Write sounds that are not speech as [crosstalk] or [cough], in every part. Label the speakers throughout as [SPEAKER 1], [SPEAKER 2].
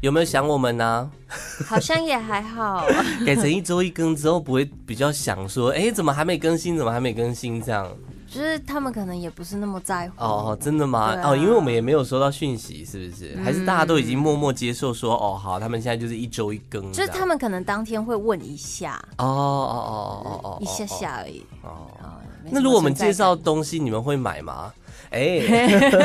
[SPEAKER 1] 有没有想我们 [laughs] 呢、
[SPEAKER 2] [laughs] 好像也还好。
[SPEAKER 1] 改成一周一更之后，不会比较想说，哎、怎么还没更新？怎么还没更新？这样
[SPEAKER 2] 就是他们可能也不是那么在乎。
[SPEAKER 1] 哦，真的吗？
[SPEAKER 2] 对啊
[SPEAKER 1] 哦，因为我们也没有收到讯息，是不是？还是大家都已经默默接受说，哦，好，他们现在就是一周一更这
[SPEAKER 2] 就
[SPEAKER 1] 样，
[SPEAKER 2] 是他们可能当天会问一下，
[SPEAKER 1] 哦哦哦哦哦，哦
[SPEAKER 2] 一下。下而已。
[SPEAKER 1] 哦
[SPEAKER 2] 啊没什么
[SPEAKER 1] 那如果我们
[SPEAKER 2] 存在
[SPEAKER 1] 介绍
[SPEAKER 2] 感
[SPEAKER 1] 东西，你们会买吗？哎、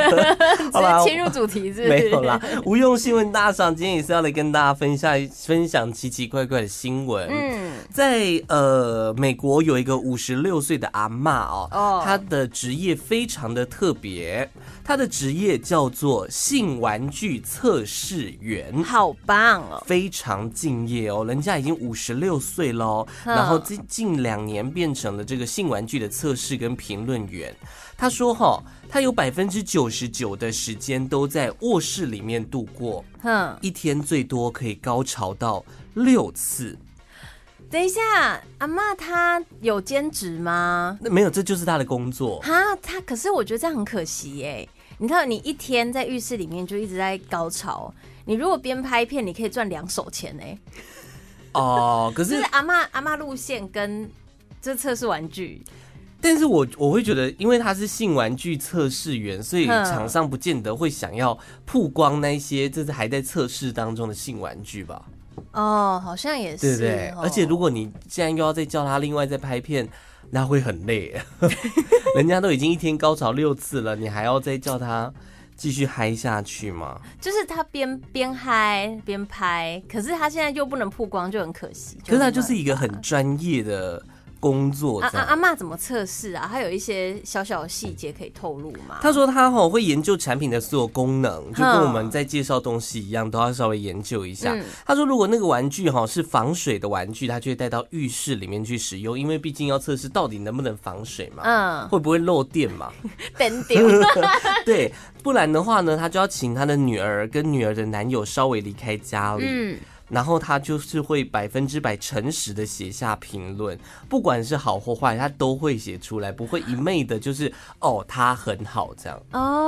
[SPEAKER 1] [laughs] 好啦
[SPEAKER 2] [laughs] 直接切入主题是不是
[SPEAKER 1] 没有啦，无用新闻大赏今天也是要来跟大家分享分享奇奇怪怪的新闻。
[SPEAKER 2] 嗯，
[SPEAKER 1] 在呃，美国有一个五十六岁的阿嬷哦，
[SPEAKER 2] 哦
[SPEAKER 1] 她的职业非常的特别，她的职业叫做性玩具测试员。
[SPEAKER 2] 好棒哦，
[SPEAKER 1] 非常敬业哦，人家已经五十六岁喽，
[SPEAKER 2] 嗯
[SPEAKER 1] 然后近近两年变成了这个性玩具的测试跟评论员。他说哈、他有百分之九十九的时间都在卧室里面度过，
[SPEAKER 2] 哼，
[SPEAKER 1] 一天最多可以高潮到六次。
[SPEAKER 2] 等一下，阿嬷她有兼职吗？
[SPEAKER 1] 那没有，这就是他的工作。
[SPEAKER 2] 哈，她可是我觉得这样很可惜耶。你看，你一天在浴室里面就一直在高潮，你如果边拍片，你可以赚两手钱哎。
[SPEAKER 1] 哦，可
[SPEAKER 2] 就是是，阿嬷阿嬷路线跟这测试玩具，
[SPEAKER 1] 但是我我会觉得，因为他是性玩具测试员，所以
[SPEAKER 2] 哼
[SPEAKER 1] 厂商不见得会想要曝光那些这是还在测试当中的性玩具吧，
[SPEAKER 2] 哦，好像也
[SPEAKER 1] 对
[SPEAKER 2] 是，
[SPEAKER 1] 不对？
[SPEAKER 2] 哦
[SPEAKER 1] 而且如果你现在又要再叫他另外再拍片，那会很
[SPEAKER 2] [laughs]
[SPEAKER 1] 累。人家都已经一天高潮六次了，你还要再叫他继续嗨下去吗？
[SPEAKER 2] 就是他边边嗨边拍，可是他现在又不能曝光，就很可惜。
[SPEAKER 1] 可是他
[SPEAKER 2] 很啊
[SPEAKER 1] 就是一个很专业的工作，
[SPEAKER 2] 阿
[SPEAKER 1] 这
[SPEAKER 2] 阿
[SPEAKER 1] 样。
[SPEAKER 2] 阿嬷怎么测试啊？她有一些小小的细节可以透露吗？
[SPEAKER 1] 他说他吼会研究产品的所有功能，就跟我们在介绍东西一样，都要稍微研究一下。
[SPEAKER 2] 嗯
[SPEAKER 1] 他说如果那个玩具哈是防水的玩具，他就会带到浴室里面去使用，因为毕竟要测试到底能不能防水嘛。
[SPEAKER 2] 嗯，
[SPEAKER 1] [laughs] 会不会漏电
[SPEAKER 2] [laughs]
[SPEAKER 1] 嘛？
[SPEAKER 2] 等点
[SPEAKER 1] [laughs] 对，不然的话呢，他就要请他的女儿跟女儿的男友稍微离开家里，
[SPEAKER 2] 嗯，
[SPEAKER 1] 然后他就是会百分之百诚实的写下评论，不管是好或坏，他都会写出来，不会一昧的就是哦他很好这样。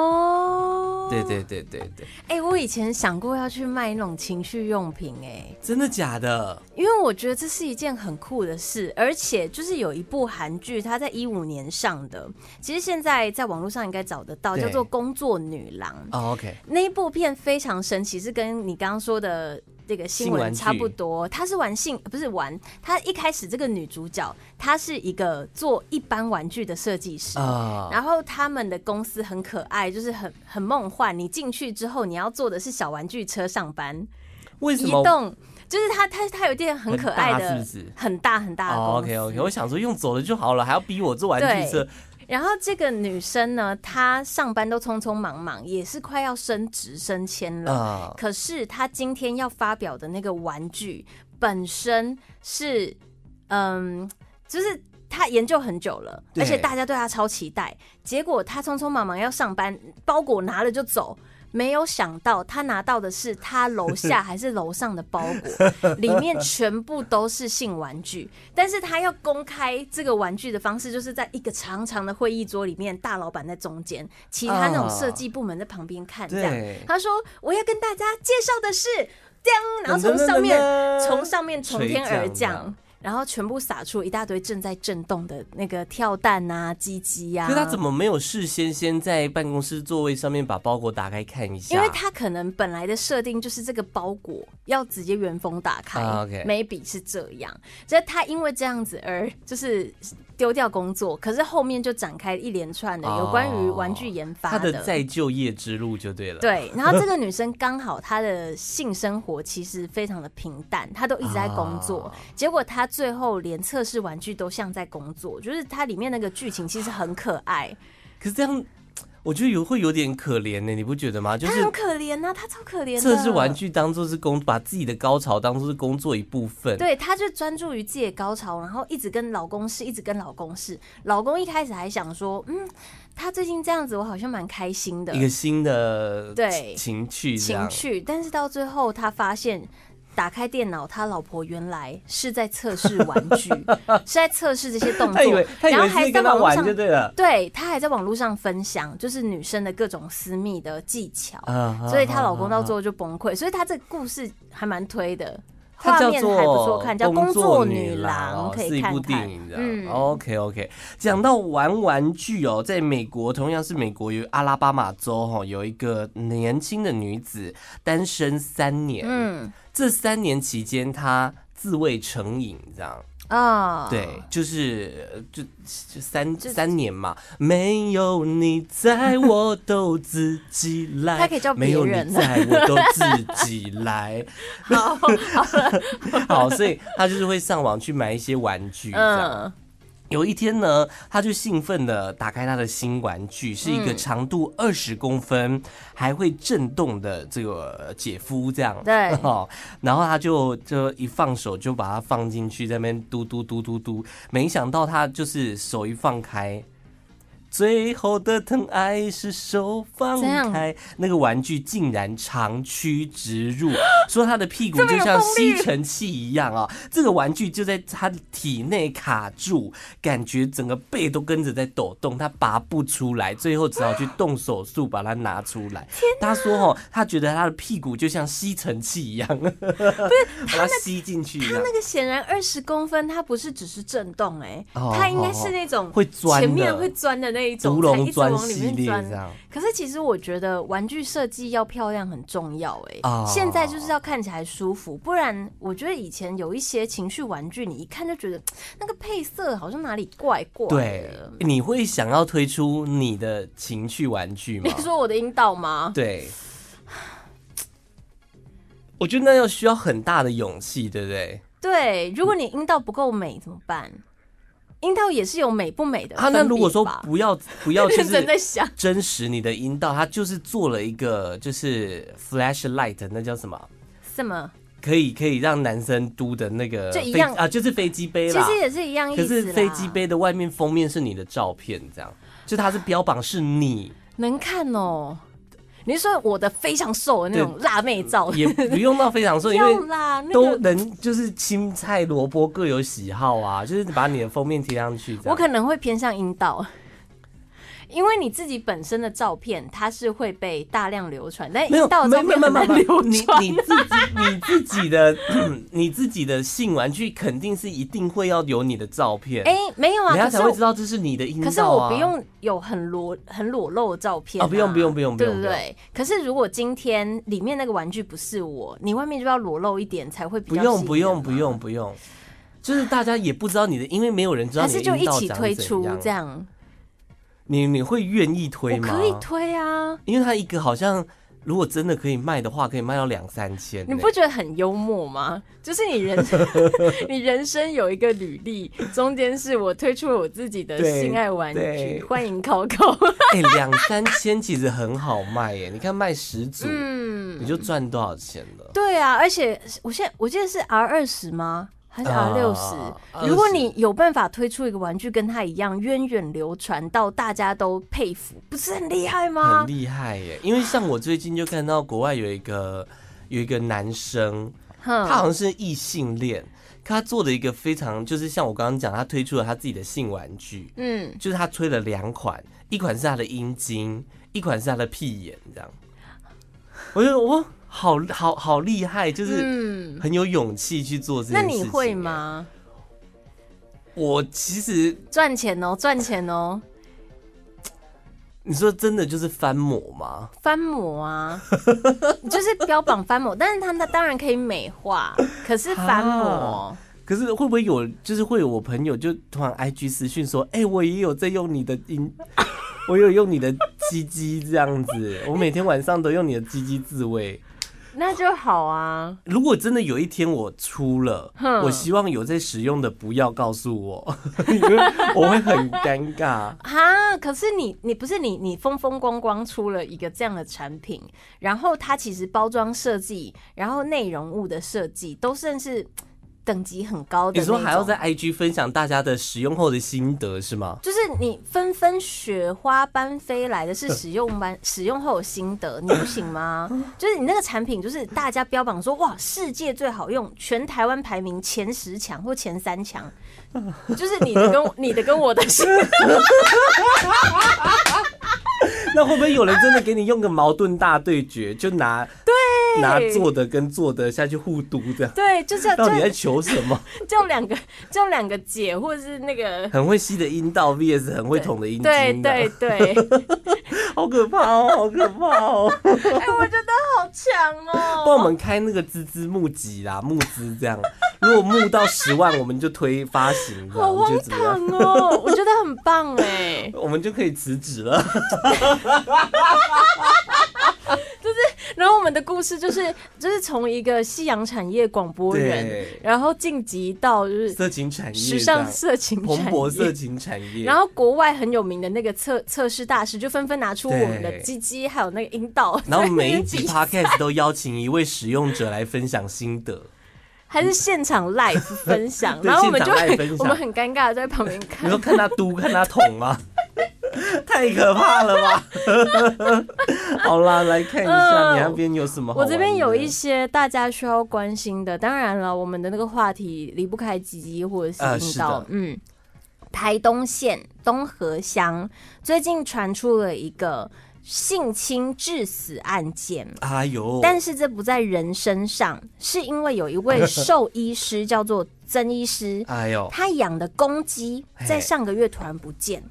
[SPEAKER 2] 哦，
[SPEAKER 1] 对，对对对对。
[SPEAKER 2] 哎、我以前想过要去卖那种情趣用品、哎。
[SPEAKER 1] 真的假的？
[SPEAKER 2] 因为我觉得这是一件很酷的事，而且就是有一部韩剧，它在一五年上的，其实现在在网络上应该找得到，
[SPEAKER 1] 对
[SPEAKER 2] 叫做《工作女郎》
[SPEAKER 1] 哦、o k
[SPEAKER 2] 那一部片非常神奇，是跟你刚刚说的这个新
[SPEAKER 1] 性玩
[SPEAKER 2] 闻
[SPEAKER 1] 具
[SPEAKER 2] 差不多。她是玩性，不是玩，她一开始这个女主角，她是一个做一般玩具的设计师。
[SPEAKER 1] 啊、
[SPEAKER 2] 然后他们的公司很可爱，就是很很梦幻。你进去之后，你要坐的是小玩具车上班。
[SPEAKER 1] 为什
[SPEAKER 2] 移
[SPEAKER 1] 么？
[SPEAKER 2] 动，就是它它它有一点很可爱
[SPEAKER 1] 很
[SPEAKER 2] 的，
[SPEAKER 1] 大是不是
[SPEAKER 2] 很大很大的公司。
[SPEAKER 1] 哦、o k OK，我想说用走了就好了，还要逼我做玩具车，
[SPEAKER 2] 然后这个女生呢，她上班都匆匆忙忙，也是快要升职升迁了。
[SPEAKER 1] 啊、
[SPEAKER 2] 可是她今天要发表的那个玩具本身是，嗯，就是。她研究很久了，
[SPEAKER 1] 对
[SPEAKER 2] 而且大家对她超期待。结果她匆匆忙忙要上班，包裹拿了就走，没有想到她拿到的是她楼下还是楼上的包裹，里面全部都是性玩具。但是她要公开这个玩具的方式，就是在一个长长的会议桌里面，大老板在中间，其他那种设计部门在旁边看，这样。
[SPEAKER 1] 对
[SPEAKER 2] 他说：“我要跟大家介绍的是，噔，然后从上面
[SPEAKER 1] 噔噔噔噔
[SPEAKER 2] 从上面从天而
[SPEAKER 1] 垂降的
[SPEAKER 2] 降，然后全部撒出一大堆正在震动的那个跳蛋啊、鸡鸡呀。
[SPEAKER 1] 可是他怎么没有事先先在办公室座位上面把包裹打开看一下？
[SPEAKER 2] 因为他可能本来的设定就是这个包裹要直接原封打开、
[SPEAKER 1] 啊，OK
[SPEAKER 2] m a y b e 是这样。所以他因为这样子而就是丢掉工作，可是后面就展开一连串的有关于玩具研发
[SPEAKER 1] 哦他的再就业之路就对了。，
[SPEAKER 2] 对，然后
[SPEAKER 1] [laughs]
[SPEAKER 2] 这个女生刚好她的性生活其实非常的平淡，她都一直在工作，
[SPEAKER 1] 啊
[SPEAKER 2] 结果她最后连测试玩具都像在工作，就是它里面那个剧情其实很可爱，
[SPEAKER 1] 可是这样我觉得有会有点可怜呢、你不觉得吗？就
[SPEAKER 2] 她
[SPEAKER 1] 是
[SPEAKER 2] 很可怜呐、啊她超可怜的。
[SPEAKER 1] 测试玩具当做是工，把自己的高潮当做是工作一部分。
[SPEAKER 2] 对，她就专注于自己的高潮，然后一直跟老公试，一直跟老公试。老公一开始还想说，嗯，她最近这样子，我好像蛮开心的
[SPEAKER 1] 一个新的
[SPEAKER 2] 对
[SPEAKER 1] 情趣这样
[SPEAKER 2] 情趣，但是到最后她发现。打开电脑，他老婆原来是在测试玩
[SPEAKER 1] [laughs]
[SPEAKER 2] 具，是在测试这些动
[SPEAKER 1] 他以为
[SPEAKER 2] 作，
[SPEAKER 1] 他以
[SPEAKER 2] 然后
[SPEAKER 1] 为是
[SPEAKER 2] 还在
[SPEAKER 1] 跟他
[SPEAKER 2] 网络
[SPEAKER 1] 玩
[SPEAKER 2] 上
[SPEAKER 1] 就对了，
[SPEAKER 2] 对她还在网络上分享，就是女生的各种私密的技巧，
[SPEAKER 1] 啊
[SPEAKER 2] 所以她老公到最后就崩溃。所以她这个故事还蛮推的，
[SPEAKER 1] 它
[SPEAKER 2] 画
[SPEAKER 1] 叫
[SPEAKER 2] 面还不错
[SPEAKER 1] 做
[SPEAKER 2] 看，
[SPEAKER 1] 《
[SPEAKER 2] 叫《工
[SPEAKER 1] 作
[SPEAKER 2] 作女
[SPEAKER 1] 郎》
[SPEAKER 2] 郎
[SPEAKER 1] 哦，》，
[SPEAKER 2] 可
[SPEAKER 1] 是
[SPEAKER 2] 以
[SPEAKER 1] 一部
[SPEAKER 2] 看看
[SPEAKER 1] 电。影的。
[SPEAKER 2] 嗯
[SPEAKER 1] OK OK，讲到玩玩具哦，在美国同样是美国有阿拉巴马州哈、哦，有一个年轻的女子单身三年，
[SPEAKER 2] 嗯
[SPEAKER 1] 这三年期间她自慰成瘾这样。
[SPEAKER 2] 啊，
[SPEAKER 1] 对，就是呃就就三
[SPEAKER 2] 就是
[SPEAKER 1] 三年嘛，没有你在我都自己来，
[SPEAKER 2] 他可以叫别
[SPEAKER 1] 没有
[SPEAKER 2] 人
[SPEAKER 1] 你在我都自己来。
[SPEAKER 2] [laughs] 好，
[SPEAKER 1] [laughs] 好，所以他就是会上网去买一些玩具这样。
[SPEAKER 2] 嗯
[SPEAKER 1] 有一天呢，他就兴奋的打开他的新玩具，是一个
[SPEAKER 2] 嗯
[SPEAKER 1] 长度二十公分、还会震动的这个姐夫这样。 [laughs] 哦
[SPEAKER 2] 对
[SPEAKER 1] 然后他就就一放手就把它放进去，在那边嘟嘟嘟嘟嘟，没想到他就是手一放开。最后的疼爱是手放
[SPEAKER 2] 怎样
[SPEAKER 1] 开，那个玩具竟然长驱直
[SPEAKER 2] [laughs]
[SPEAKER 1] 入，说他的屁股
[SPEAKER 2] 这么
[SPEAKER 1] 就
[SPEAKER 2] 有
[SPEAKER 1] 像
[SPEAKER 2] 动力
[SPEAKER 1] 吸尘器一样啊、这个玩具就在他体内卡住，感觉整个背都跟着在抖动，他拔不出来，最后只好去动手术把它拿出来。他说哦，他觉得他的屁股就像吸尘器一样， [laughs] 不是把它吸进去一样，
[SPEAKER 2] 那个显然二十公分，它不是只是震动，哎，
[SPEAKER 1] 哦
[SPEAKER 2] 它应该是那种
[SPEAKER 1] 会钻的
[SPEAKER 2] 前面会钻的那一
[SPEAKER 1] 独
[SPEAKER 2] 种，才
[SPEAKER 1] 龙
[SPEAKER 2] 一直
[SPEAKER 1] 砖
[SPEAKER 2] 往里
[SPEAKER 1] 系
[SPEAKER 2] 面
[SPEAKER 1] 列
[SPEAKER 2] 钻
[SPEAKER 1] 这。样。
[SPEAKER 2] 可是其实我觉得玩具设计要漂亮很重要哎、
[SPEAKER 1] 啊
[SPEAKER 2] 现在就是要看起来舒服，不然我觉得以前有一些情绪玩具，你一看就觉得嘖那个配色好像哪里怪怪
[SPEAKER 1] 对
[SPEAKER 2] 的。，
[SPEAKER 1] 你会想要推出你的情趣玩具吗
[SPEAKER 2] 你？说我的阴道吗？
[SPEAKER 1] [laughs] 对，我觉得那要需要很大的勇气，对不对？
[SPEAKER 2] 对，如果你阴道不够美怎么办？阴道也是有美不美的
[SPEAKER 1] 啊，那
[SPEAKER 2] 分别
[SPEAKER 1] 如果说
[SPEAKER 2] 吧
[SPEAKER 1] 不要不
[SPEAKER 2] [laughs]
[SPEAKER 1] 要，就
[SPEAKER 2] 认
[SPEAKER 1] 是
[SPEAKER 2] 真在想，
[SPEAKER 1] 真实你的阴道，它就是做了一个就是 flashlight，那叫什么？
[SPEAKER 2] 什么
[SPEAKER 1] 可以可以让男生嘟的那个
[SPEAKER 2] 就
[SPEAKER 1] 飞，
[SPEAKER 2] 一样
[SPEAKER 1] 啊，就是飞机杯
[SPEAKER 2] 其
[SPEAKER 1] 啦。
[SPEAKER 2] 实也是一样意
[SPEAKER 1] 可
[SPEAKER 2] 思啦。
[SPEAKER 1] 是飞机杯的外面封面是你的照片，这样就它是标榜是你，
[SPEAKER 2] 能看哦。你是说我的非常瘦的那种辣妹照，
[SPEAKER 1] 嗯也不用到非常
[SPEAKER 2] [laughs]
[SPEAKER 1] 瘦，因为
[SPEAKER 2] 用哦啦，那
[SPEAKER 1] 都
[SPEAKER 2] 个
[SPEAKER 1] 能就是青菜萝卜各有喜好啊，就是把你的封面贴上去这样。
[SPEAKER 2] 我可能会偏向阴道，因为你自己本身的照片它是会被大量流传，但
[SPEAKER 1] 没有
[SPEAKER 2] 阴道的照
[SPEAKER 1] 没有
[SPEAKER 2] 片
[SPEAKER 1] 没有
[SPEAKER 2] 很
[SPEAKER 1] 没
[SPEAKER 2] 难
[SPEAKER 1] 有，
[SPEAKER 2] 流
[SPEAKER 1] 你
[SPEAKER 2] 传。
[SPEAKER 1] 你自己你自己的 [clears throat] 你自己的性玩具肯定是一定会要有你的照片，
[SPEAKER 2] 哎、没有啊，
[SPEAKER 1] 人家
[SPEAKER 2] 可是
[SPEAKER 1] 才会知
[SPEAKER 2] 我
[SPEAKER 1] 道这是你的阴道、啊、
[SPEAKER 2] 可是我不用有很裸很裸露的照片、啊
[SPEAKER 1] 哦不用不用不用不
[SPEAKER 2] 对
[SPEAKER 1] 用
[SPEAKER 2] 不对？可是如果今天里面那个玩具不是我，你外面就要裸露一点才会比
[SPEAKER 1] 不
[SPEAKER 2] 较吸引
[SPEAKER 1] 用
[SPEAKER 2] 人啊
[SPEAKER 1] 不用
[SPEAKER 2] 嘛
[SPEAKER 1] 不，用不用，就是大家也不知道你的，因为没有人知道
[SPEAKER 2] 还
[SPEAKER 1] 你
[SPEAKER 2] 是
[SPEAKER 1] 的
[SPEAKER 2] 就
[SPEAKER 1] 阴
[SPEAKER 2] 一
[SPEAKER 1] 道
[SPEAKER 2] 起
[SPEAKER 1] 长
[SPEAKER 2] 推出
[SPEAKER 1] 怎
[SPEAKER 2] 这
[SPEAKER 1] 样。
[SPEAKER 2] 样？
[SPEAKER 1] 你你会愿意推
[SPEAKER 2] 我
[SPEAKER 1] 吗？
[SPEAKER 2] 可以推啊，
[SPEAKER 1] 因为它一个好像如果真的可以卖的话，可以卖到两三千欸呢、
[SPEAKER 2] 你不觉得很幽默吗？就是你
[SPEAKER 1] [laughs]
[SPEAKER 2] 人生，你人生有一个履历，中间是我推出了我自己的
[SPEAKER 1] 对
[SPEAKER 2] 性爱玩
[SPEAKER 1] 对
[SPEAKER 2] 具，欢迎考考。 [laughs]
[SPEAKER 1] 哎，两三千其实很好卖欸耶，你看卖十组，你
[SPEAKER 2] 嗯，
[SPEAKER 1] 就赚多少钱了？
[SPEAKER 2] 对啊，而且我现在我记得是 R 二十吗？还是 R 六十、
[SPEAKER 1] 啊
[SPEAKER 2] 如果你有办法推出一个玩具跟它一样源远流传到大家都佩服，不是很厉害吗
[SPEAKER 1] 很？厉害耶，因为像我最近就看到国外有一个有一个男生，他
[SPEAKER 2] 哼，
[SPEAKER 1] 好像是异性恋，可他做的一个非常就是像我刚刚讲，他推出了他自己的性玩具，
[SPEAKER 2] 嗯，
[SPEAKER 1] 就是他推了两款，一款是他的阴茎，一款是他的屁眼，这样，我就我好好好厉害，就是
[SPEAKER 2] 嗯，
[SPEAKER 1] 很有勇气去做这件
[SPEAKER 2] 那
[SPEAKER 1] 事情。
[SPEAKER 2] 你会？吗？
[SPEAKER 1] 我其实
[SPEAKER 2] 赚钱哦，赚钱哦。
[SPEAKER 1] 你说真的就是翻模吗？
[SPEAKER 2] 翻模
[SPEAKER 1] [laughs]
[SPEAKER 2] 啊，就是标榜翻模，但是他们当然可以美化，可是翻模
[SPEAKER 1] 啊，可是会不会有，就是会有我朋友就突然 IG 私讯说，哎、我也有在用你的音， [laughs] 我有用你的鸡鸡这样子，我每天晚上都用你的鸡鸡自慰。
[SPEAKER 2] 那就好啊。
[SPEAKER 1] 如果真的有一天我出了，
[SPEAKER 2] 哼
[SPEAKER 1] 我希望有在使用的不要告诉我， [laughs] 因为我会很尴尬。
[SPEAKER 2] 哈，可是你你不是你你风风光光出了一个这样的产品，然后它其实包装设计，然后内容物的设计都算是。等级很高
[SPEAKER 1] 你
[SPEAKER 2] 的那种。
[SPEAKER 1] 说还要在 IG 分享大家的使用后的心得是吗？
[SPEAKER 2] 就是你纷纷雪花般飞
[SPEAKER 1] [laughs]
[SPEAKER 2] 来的是使用般使用后有心得，你不行吗？就是你那个产品，就是大家标榜说哇，世界最好用，全台湾排名前十强或前
[SPEAKER 1] [laughs]
[SPEAKER 2] 三强，就是你的跟我你的跟我的 [laughs] 是，
[SPEAKER 1] [laughs] 那会不会有人真的给你用个矛盾大对决，就拿对拿做的跟做的下去互读的？
[SPEAKER 2] 对，就这样，
[SPEAKER 1] 到底在哎
[SPEAKER 2] 就
[SPEAKER 1] 求什么？
[SPEAKER 2] 就两个就两个姐或者是那个。
[SPEAKER 1] 很会吸的阴道 VS 很会捅的阴茎、
[SPEAKER 2] 对
[SPEAKER 1] 啊，
[SPEAKER 2] 对
[SPEAKER 1] [laughs]
[SPEAKER 2] 对，
[SPEAKER 1] 好可怕哦，好可怕哦！
[SPEAKER 2] 哎，我觉得好强
[SPEAKER 1] 帮我
[SPEAKER 2] 哦！
[SPEAKER 1] 们开那个资资募集啦，募资这样，如果募到十万，我们就推发行，这样
[SPEAKER 2] 好
[SPEAKER 1] 你觉
[SPEAKER 2] 荒
[SPEAKER 1] 得怎么样？
[SPEAKER 2] 唐哦，我觉得很棒哎。
[SPEAKER 1] 我们就可以辞职了。
[SPEAKER 2] 然后我们的故事就是就是从一个夕阳产业广播人
[SPEAKER 1] 对，
[SPEAKER 2] 然后晋级到就是
[SPEAKER 1] 色情产业，
[SPEAKER 2] 时尚色情
[SPEAKER 1] 蓬
[SPEAKER 2] 产
[SPEAKER 1] 勃色
[SPEAKER 2] 业。
[SPEAKER 1] 情产业，
[SPEAKER 2] 然后国外很有名的那个测测试大师就纷纷拿出我们的
[SPEAKER 1] 对
[SPEAKER 2] 鸡鸡还有那个阴道，
[SPEAKER 1] [laughs] 然后
[SPEAKER 2] 在那
[SPEAKER 1] 每一
[SPEAKER 2] 边
[SPEAKER 1] 集
[SPEAKER 2] 比
[SPEAKER 1] podcast 都邀请一位使用者来分享心得，
[SPEAKER 2] 还是现场 live 分享，
[SPEAKER 1] 对
[SPEAKER 2] 然后我们就
[SPEAKER 1] 现场 live 分享
[SPEAKER 2] 很我们很尴尬地在旁边
[SPEAKER 1] 你
[SPEAKER 2] 看
[SPEAKER 1] 说，看他
[SPEAKER 2] [laughs]
[SPEAKER 1] 嘟，看他捅吗？ [laughs] 太可怕了吧！ [laughs] 好啦，来看一下
[SPEAKER 2] 嗯
[SPEAKER 1] 你那边有什么好
[SPEAKER 2] 我
[SPEAKER 1] 玩的。
[SPEAKER 2] 这边有一些大家需要关心的，当然了，我们的那个话题离不开鸡鸡或者
[SPEAKER 1] 呃
[SPEAKER 2] 是
[SPEAKER 1] 是
[SPEAKER 2] 阴
[SPEAKER 1] 的
[SPEAKER 2] 道，嗯。台东县东河乡最近传出了一个性侵致死案件，
[SPEAKER 1] 哎呦，
[SPEAKER 2] 但是这不在人身上，是因为有一位兽医师叫做曾
[SPEAKER 1] [laughs]
[SPEAKER 2] 医师，
[SPEAKER 1] 哎呦，
[SPEAKER 2] 他养的公鸡在
[SPEAKER 1] 嘿
[SPEAKER 2] 上个月突然不见，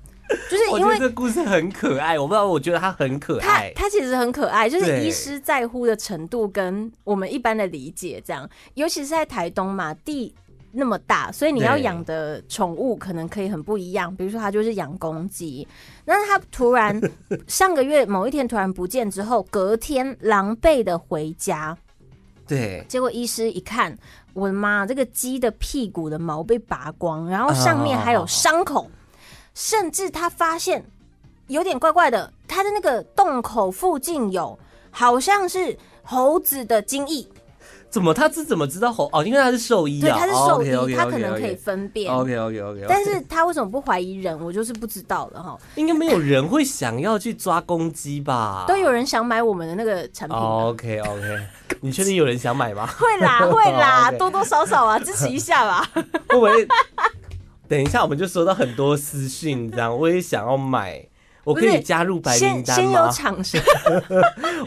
[SPEAKER 2] 就是
[SPEAKER 1] 我
[SPEAKER 2] 因
[SPEAKER 1] 觉
[SPEAKER 2] 为
[SPEAKER 1] 得这故事很可爱，我不知道，我觉得它很可
[SPEAKER 2] 他
[SPEAKER 1] 爱。
[SPEAKER 2] 他其实很可爱，就是
[SPEAKER 1] 对
[SPEAKER 2] 医师在乎的程度跟我们一般的理解这样，尤其是在台东嘛，地那么大，所以你要
[SPEAKER 1] 对
[SPEAKER 2] 养的宠物可能可以很不一样。比如说，他就是养公鸡，那他突然上个月某一天突然不见之后，隔天狼狈的回家，
[SPEAKER 1] 对，
[SPEAKER 2] 结果医师一看，我的妈，这个鸡的屁股的毛被拔光，然后上面
[SPEAKER 1] 啊
[SPEAKER 2] 还有伤口，甚至他发现有点怪怪的，他的那个洞口附近有好像是猴子的精液，
[SPEAKER 1] 怎么他是怎么知道猴？哦，因为他是兽医
[SPEAKER 2] 对，
[SPEAKER 1] 啊，
[SPEAKER 2] 他是兽医，
[SPEAKER 1] OK，OK，OK，OK
[SPEAKER 2] 他可能可以分辨。
[SPEAKER 1] OK OK OK，
[SPEAKER 2] 但是他为什么不怀疑人？我就是不知道了哈。
[SPEAKER 1] 应该没有人会想要去抓公鸡吧？
[SPEAKER 2] 都有人想买我们的那个产品，啊
[SPEAKER 1] OK
[SPEAKER 2] [laughs]
[SPEAKER 1] OK，你确定有人想买吗？
[SPEAKER 2] 会
[SPEAKER 1] [laughs]
[SPEAKER 2] 啦会啦，
[SPEAKER 1] OK
[SPEAKER 2] 多多少少啊，支持一下吧。
[SPEAKER 1] [laughs] 会不会？等一下我们就收到很多私讯，这样我也想要买，我可
[SPEAKER 2] 不
[SPEAKER 1] 以
[SPEAKER 2] 是
[SPEAKER 1] 加入白名
[SPEAKER 2] 先
[SPEAKER 1] 单
[SPEAKER 2] 先有
[SPEAKER 1] [laughs] 吗？
[SPEAKER 2] 厂商，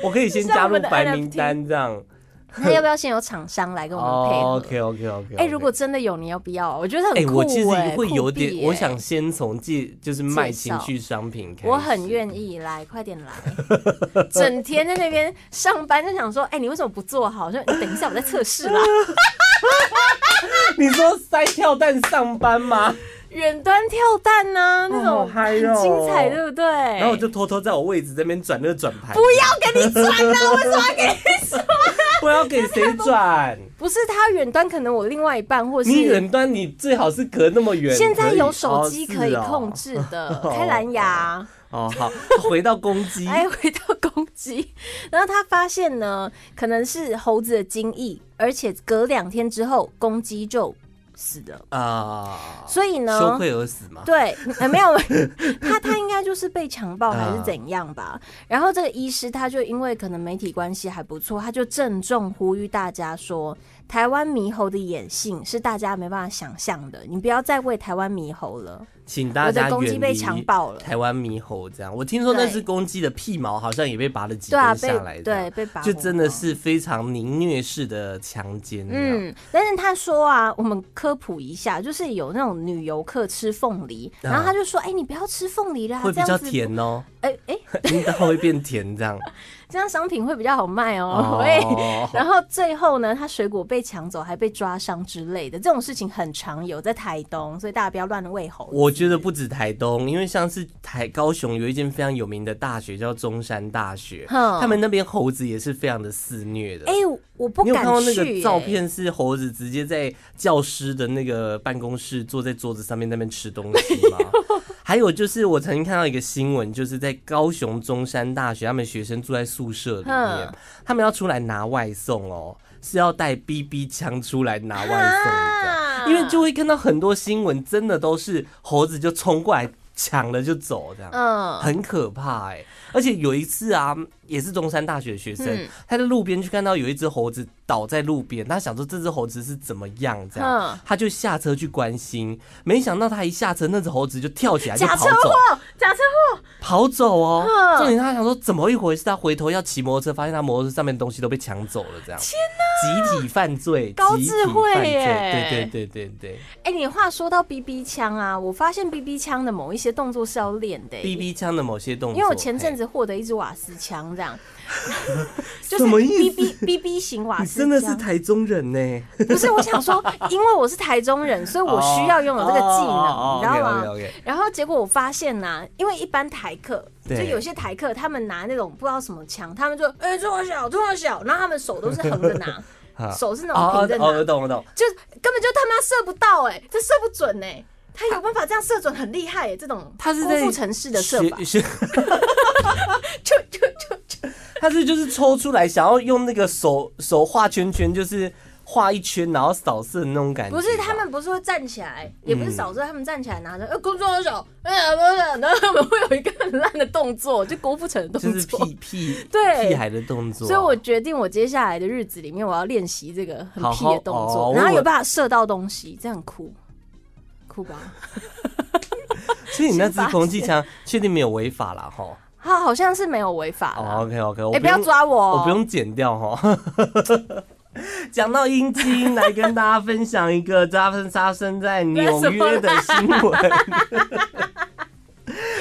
[SPEAKER 1] 我可以先加入白名单这样。
[SPEAKER 2] 那要不要先有厂商来跟我们配合？
[SPEAKER 1] 哦 OK OK OK。
[SPEAKER 2] 哦哎、如果真的有，你要不要啊？我觉得很
[SPEAKER 1] 哎，
[SPEAKER 2] 酷、欸
[SPEAKER 1] 我其实会
[SPEAKER 2] 酷
[SPEAKER 1] 有
[SPEAKER 2] 毙
[SPEAKER 1] 点，
[SPEAKER 2] 欸
[SPEAKER 1] 我想先从介就是卖
[SPEAKER 2] 介绍
[SPEAKER 1] 情趣商品开始。
[SPEAKER 2] 我很愿意来，快点来，整天在那边上班就想说，哎、你为什么不做好？我说你等一下，我在测试啦。
[SPEAKER 1] 你说塞跳蛋上班吗？
[SPEAKER 2] 远端跳蛋呢、那
[SPEAKER 1] 好
[SPEAKER 2] 种
[SPEAKER 1] 嗨
[SPEAKER 2] 很
[SPEAKER 1] 哦
[SPEAKER 2] 精彩，对不对？
[SPEAKER 1] 然后我就偷偷在我位置这边转那个转盘，
[SPEAKER 2] 哎不要给你转了、为什么要给你？
[SPEAKER 1] 我要给谁
[SPEAKER 2] [laughs]
[SPEAKER 1] 转？
[SPEAKER 2] 不是他远端，可能我另外一半或是
[SPEAKER 1] 你远端你最好是隔那么远。
[SPEAKER 2] 现在
[SPEAKER 1] 可以
[SPEAKER 2] 有手机可以控。
[SPEAKER 1] 哦是
[SPEAKER 2] 制的，
[SPEAKER 1] [laughs]
[SPEAKER 2] 开蓝牙。
[SPEAKER 1] 哦，哦好，回到公鸡。
[SPEAKER 2] [laughs] 哎，回到公鸡，然后他发现呢，可能是猴子的精液，而且隔两天之后，公鸡就死了。
[SPEAKER 1] 啊，
[SPEAKER 2] 所
[SPEAKER 1] 哦
[SPEAKER 2] 以
[SPEAKER 1] 羞
[SPEAKER 2] 呢，
[SPEAKER 1] 愧而死嘛。
[SPEAKER 2] 对，呃、没有，他他应该就是被强暴还
[SPEAKER 1] 啊
[SPEAKER 2] 是怎样吧。然后这个医师他就因为可能媒体关系还不错，他就郑重呼吁大家说，台湾猕猴的野性是大家没办法想象的，你不要再喂台湾猕猴了。
[SPEAKER 1] 请大家
[SPEAKER 2] 我的公鸡
[SPEAKER 1] 远
[SPEAKER 2] 被
[SPEAKER 1] 离
[SPEAKER 2] 强暴了
[SPEAKER 1] 台湾猕猴这样，我听说那
[SPEAKER 2] 对
[SPEAKER 1] 只公鸡的屁毛好像也被拔了几
[SPEAKER 2] 对啊，
[SPEAKER 1] 根
[SPEAKER 2] 被
[SPEAKER 1] 下来，
[SPEAKER 2] 对，被拔，
[SPEAKER 1] 就真的。是非常凌虐式的强奸。嗯，
[SPEAKER 2] 嗯，但是他说啊，我们科普一下，就是有那种女游客吃凤梨，然后他就说，哎、你不要吃凤梨啦，
[SPEAKER 1] 啊会比
[SPEAKER 2] 这样
[SPEAKER 1] 较
[SPEAKER 2] 子，
[SPEAKER 1] 甜哦， [laughs]
[SPEAKER 2] 哎哎、
[SPEAKER 1] 阴道会变甜
[SPEAKER 2] [laughs]
[SPEAKER 1] 这样。
[SPEAKER 2] 这样商品会比较好卖哦， [laughs] 喂、
[SPEAKER 1] 哦，
[SPEAKER 2] 然后最后呢，他水果被抢走，还被抓伤之类的，这种事情很常有在台东，所以大家不要乱喂猴。
[SPEAKER 1] 我觉得不止台东，因为像是台高雄有一间非常有名的大学叫中山大学，
[SPEAKER 2] 哼
[SPEAKER 1] 他们那边猴子也是非常的肆虐的。
[SPEAKER 2] 哎、我不
[SPEAKER 1] 你有
[SPEAKER 2] 敢
[SPEAKER 1] 看到那
[SPEAKER 2] 去、
[SPEAKER 1] 个
[SPEAKER 2] 欸。
[SPEAKER 1] 照片是猴子直接在教师的那个办公室坐在桌子上面那边吃东西吗？ [laughs] 还有就是我曾经看到一个新闻，就是在高雄中山大学，他们学生住在宿舍里面
[SPEAKER 2] 嗯，
[SPEAKER 1] 他们要出来拿外送哦，是要带 BB 枪出来拿外送的。
[SPEAKER 2] 啊
[SPEAKER 1] 因为就会看到很多新闻，真的都是猴子就冲过来抢了就走这样。
[SPEAKER 2] 嗯
[SPEAKER 1] 很可怕哎、而且有一次啊，也是中山大学的学生，
[SPEAKER 2] 嗯
[SPEAKER 1] 他在路边去看到有一只猴子倒在路边，他想说这只猴子是怎么样这样，
[SPEAKER 2] 嗯
[SPEAKER 1] 他就下车去关心，没想到他一下车，那只猴子就跳起来就
[SPEAKER 2] 假
[SPEAKER 1] 跑
[SPEAKER 2] 车
[SPEAKER 1] 走，
[SPEAKER 2] 祸，假车祸，
[SPEAKER 1] 跑走哦。
[SPEAKER 2] 嗯
[SPEAKER 1] 重点他想说怎么一回事，他回头要骑摩托车，发现他摩托车上面的东西都被抢走了，这样。天集体犯罪，
[SPEAKER 2] 高
[SPEAKER 1] 集体
[SPEAKER 2] 智慧
[SPEAKER 1] 犯罪对
[SPEAKER 2] 耶
[SPEAKER 1] 对对对对
[SPEAKER 2] 哎、你话说到 BB 枪啊，我发现 BB 枪的某一些动作是要练的、欸。
[SPEAKER 1] ，BB 枪的某些动作。
[SPEAKER 2] 因为我前阵
[SPEAKER 1] 子
[SPEAKER 2] 子获得一支瓦斯枪，这
[SPEAKER 1] [laughs]
[SPEAKER 2] 样，就
[SPEAKER 1] 什
[SPEAKER 2] 是
[SPEAKER 1] 么意
[SPEAKER 2] BB BB 型瓦
[SPEAKER 1] 你
[SPEAKER 2] 斯
[SPEAKER 1] 真，
[SPEAKER 2] 枪
[SPEAKER 1] 的是台中人呢、
[SPEAKER 2] 不是我想说，因为我是台中人，所以
[SPEAKER 1] 哦
[SPEAKER 2] 我需要拥有这个技能，你知道吗？
[SPEAKER 1] o k
[SPEAKER 2] 然后结果我发现呐、因为一般台客，就
[SPEAKER 1] 对
[SPEAKER 2] 有些台客他们拿那种不知道什么枪，他们就哎、这么小这么小，然后他们手都是横着
[SPEAKER 1] [laughs]
[SPEAKER 2] 拿
[SPEAKER 1] 啊，
[SPEAKER 2] [laughs] 手是那种
[SPEAKER 1] 哦
[SPEAKER 2] 平着拿，
[SPEAKER 1] 哦，我懂我懂。
[SPEAKER 2] 就根本就他妈射不到哎、这射不准哎、他有办法这样射准，很厉害哎、这种
[SPEAKER 1] 他是
[SPEAKER 2] 辜
[SPEAKER 1] 在
[SPEAKER 2] 负城市的射法，
[SPEAKER 1] 学， [laughs] 学
[SPEAKER 2] 就就就就
[SPEAKER 1] 他是就是抽出来，想要用那个手手画圈圈，就是画一圈，然后扫射的那种感觉吧。
[SPEAKER 2] 不是他们不是会站起来，
[SPEAKER 1] 嗯
[SPEAKER 2] 也不是扫射，他们站起来拿着，呃，工作手，哎呀，不是，然后他们会有一个很烂的动作，就郭富城的
[SPEAKER 1] 就
[SPEAKER 2] 动
[SPEAKER 1] 是
[SPEAKER 2] 作。
[SPEAKER 1] 屁屁
[SPEAKER 2] [laughs] 对
[SPEAKER 1] 屁孩的动作，啊
[SPEAKER 2] [laughs] 所以我决定，我接下来的日子里面，我要练习这个很屁的动
[SPEAKER 1] 好好
[SPEAKER 2] 作，
[SPEAKER 1] 哦
[SPEAKER 2] 然后
[SPEAKER 1] 我
[SPEAKER 2] 有办法射到东西，这样酷酷吧？
[SPEAKER 1] 所以你那支
[SPEAKER 2] 先发
[SPEAKER 1] 空气枪确定没有违法啦哈。
[SPEAKER 2] 他好像是没有违法
[SPEAKER 1] 哦
[SPEAKER 2] 啦。
[SPEAKER 1] ，OK OK，我
[SPEAKER 2] 哎，不要
[SPEAKER 1] 用
[SPEAKER 2] 抓我哦，
[SPEAKER 1] 我不用剪掉哈。 [laughs] 讲到阴茎，来跟大家分享一个扎芬发生在纽约的新闻。
[SPEAKER 2] [laughs]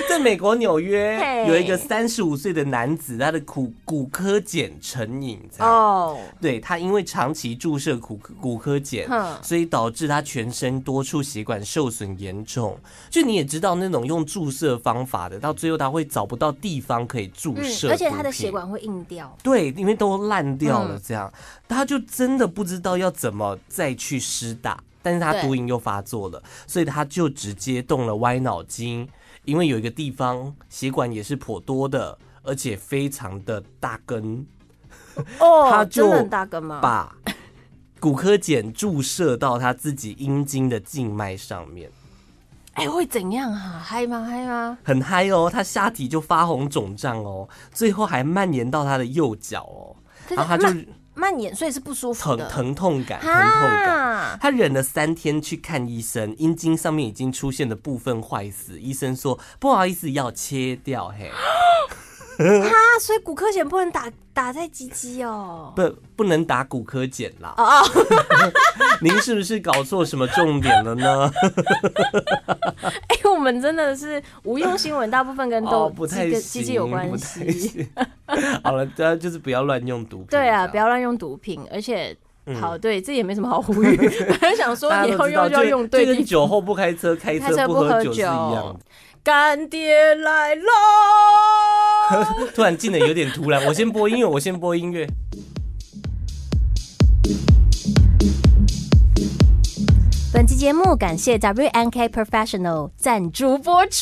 [SPEAKER 1] 在美国纽约
[SPEAKER 2] 嘿
[SPEAKER 1] 有一个三十五岁的男子，他的骨骨科碱成瘾，这样
[SPEAKER 2] 哦，
[SPEAKER 1] 对他因为长期注射骨骨科碱，
[SPEAKER 2] 哼
[SPEAKER 1] 所以导致他全身多处血管受损严重。就你也知道，那种用注射方法的，到最后他会找不到地方可以注
[SPEAKER 2] 嗯
[SPEAKER 1] 射，
[SPEAKER 2] 而且他的血。管会硬掉。
[SPEAKER 1] 对，因为都烂掉了
[SPEAKER 2] 嗯，
[SPEAKER 1] 这样、他就真的不知道要怎么再去施打，但是他
[SPEAKER 2] 对
[SPEAKER 1] 毒瘾又发作了，所以他就直接动了歪脑筋，因为有一个地方血管也是颇多的，而且非常的大根，
[SPEAKER 2] 哦，
[SPEAKER 1] 他就
[SPEAKER 2] 真的很大根吗？
[SPEAKER 1] 把骨科碱注射到他自己阴茎的静脉上面。
[SPEAKER 2] 哎、会怎样啊？嗨吗？嗨吗？
[SPEAKER 1] 很嗨哦，他下体就发红肿胀哦，最后还蔓延到他的右脚哦，
[SPEAKER 2] 可
[SPEAKER 1] 然
[SPEAKER 2] 是
[SPEAKER 1] 后他就
[SPEAKER 2] 蔓蔓延，所以是不舒服
[SPEAKER 1] 疼
[SPEAKER 2] 的。
[SPEAKER 1] 疼痛感，疼痛感。
[SPEAKER 2] 啊！
[SPEAKER 1] 他忍了三天去看医生，阴茎上面已经出现了部分坏死，医生说不好意思要切掉，嘿，
[SPEAKER 2] [laughs] 啊，所以骨科碱不能打打在鸡鸡哦。
[SPEAKER 1] 不不能打骨科碱啦。
[SPEAKER 2] 哦哦，
[SPEAKER 1] [laughs] 您是不是搞错什么重点了呢？
[SPEAKER 2] [laughs] 哎、我们真的是无用新闻，大部分跟都
[SPEAKER 1] 哦，不太行，
[SPEAKER 2] 鸡跟鸡鸡有关
[SPEAKER 1] 不太
[SPEAKER 2] 系。
[SPEAKER 1] 行。 [laughs] 好了，大家就是不要乱用毒品。[laughs]
[SPEAKER 2] 对
[SPEAKER 1] 这
[SPEAKER 2] 啊，
[SPEAKER 1] 样
[SPEAKER 2] 不要乱用毒品，而且。好，对，这也没什么好呼
[SPEAKER 1] [laughs]
[SPEAKER 2] 吁。本来想
[SPEAKER 1] 嗯
[SPEAKER 2] 说
[SPEAKER 1] 大家
[SPEAKER 2] 以
[SPEAKER 1] 都
[SPEAKER 2] 后
[SPEAKER 1] 知道，
[SPEAKER 2] 用就要用对
[SPEAKER 1] 就
[SPEAKER 2] 地
[SPEAKER 1] 跟酒后不开车，开
[SPEAKER 2] 开车
[SPEAKER 1] 不
[SPEAKER 2] 不
[SPEAKER 1] 喝
[SPEAKER 2] 喝
[SPEAKER 1] 酒是一
[SPEAKER 2] 酒
[SPEAKER 1] 样
[SPEAKER 2] 干爹
[SPEAKER 1] [laughs]
[SPEAKER 2] 来喽！
[SPEAKER 1] 的。 [laughs] 突然进的有点突然，我先播音乐，我先播音乐。
[SPEAKER 2] 本期节目感谢 WNK Professional 赞助播出。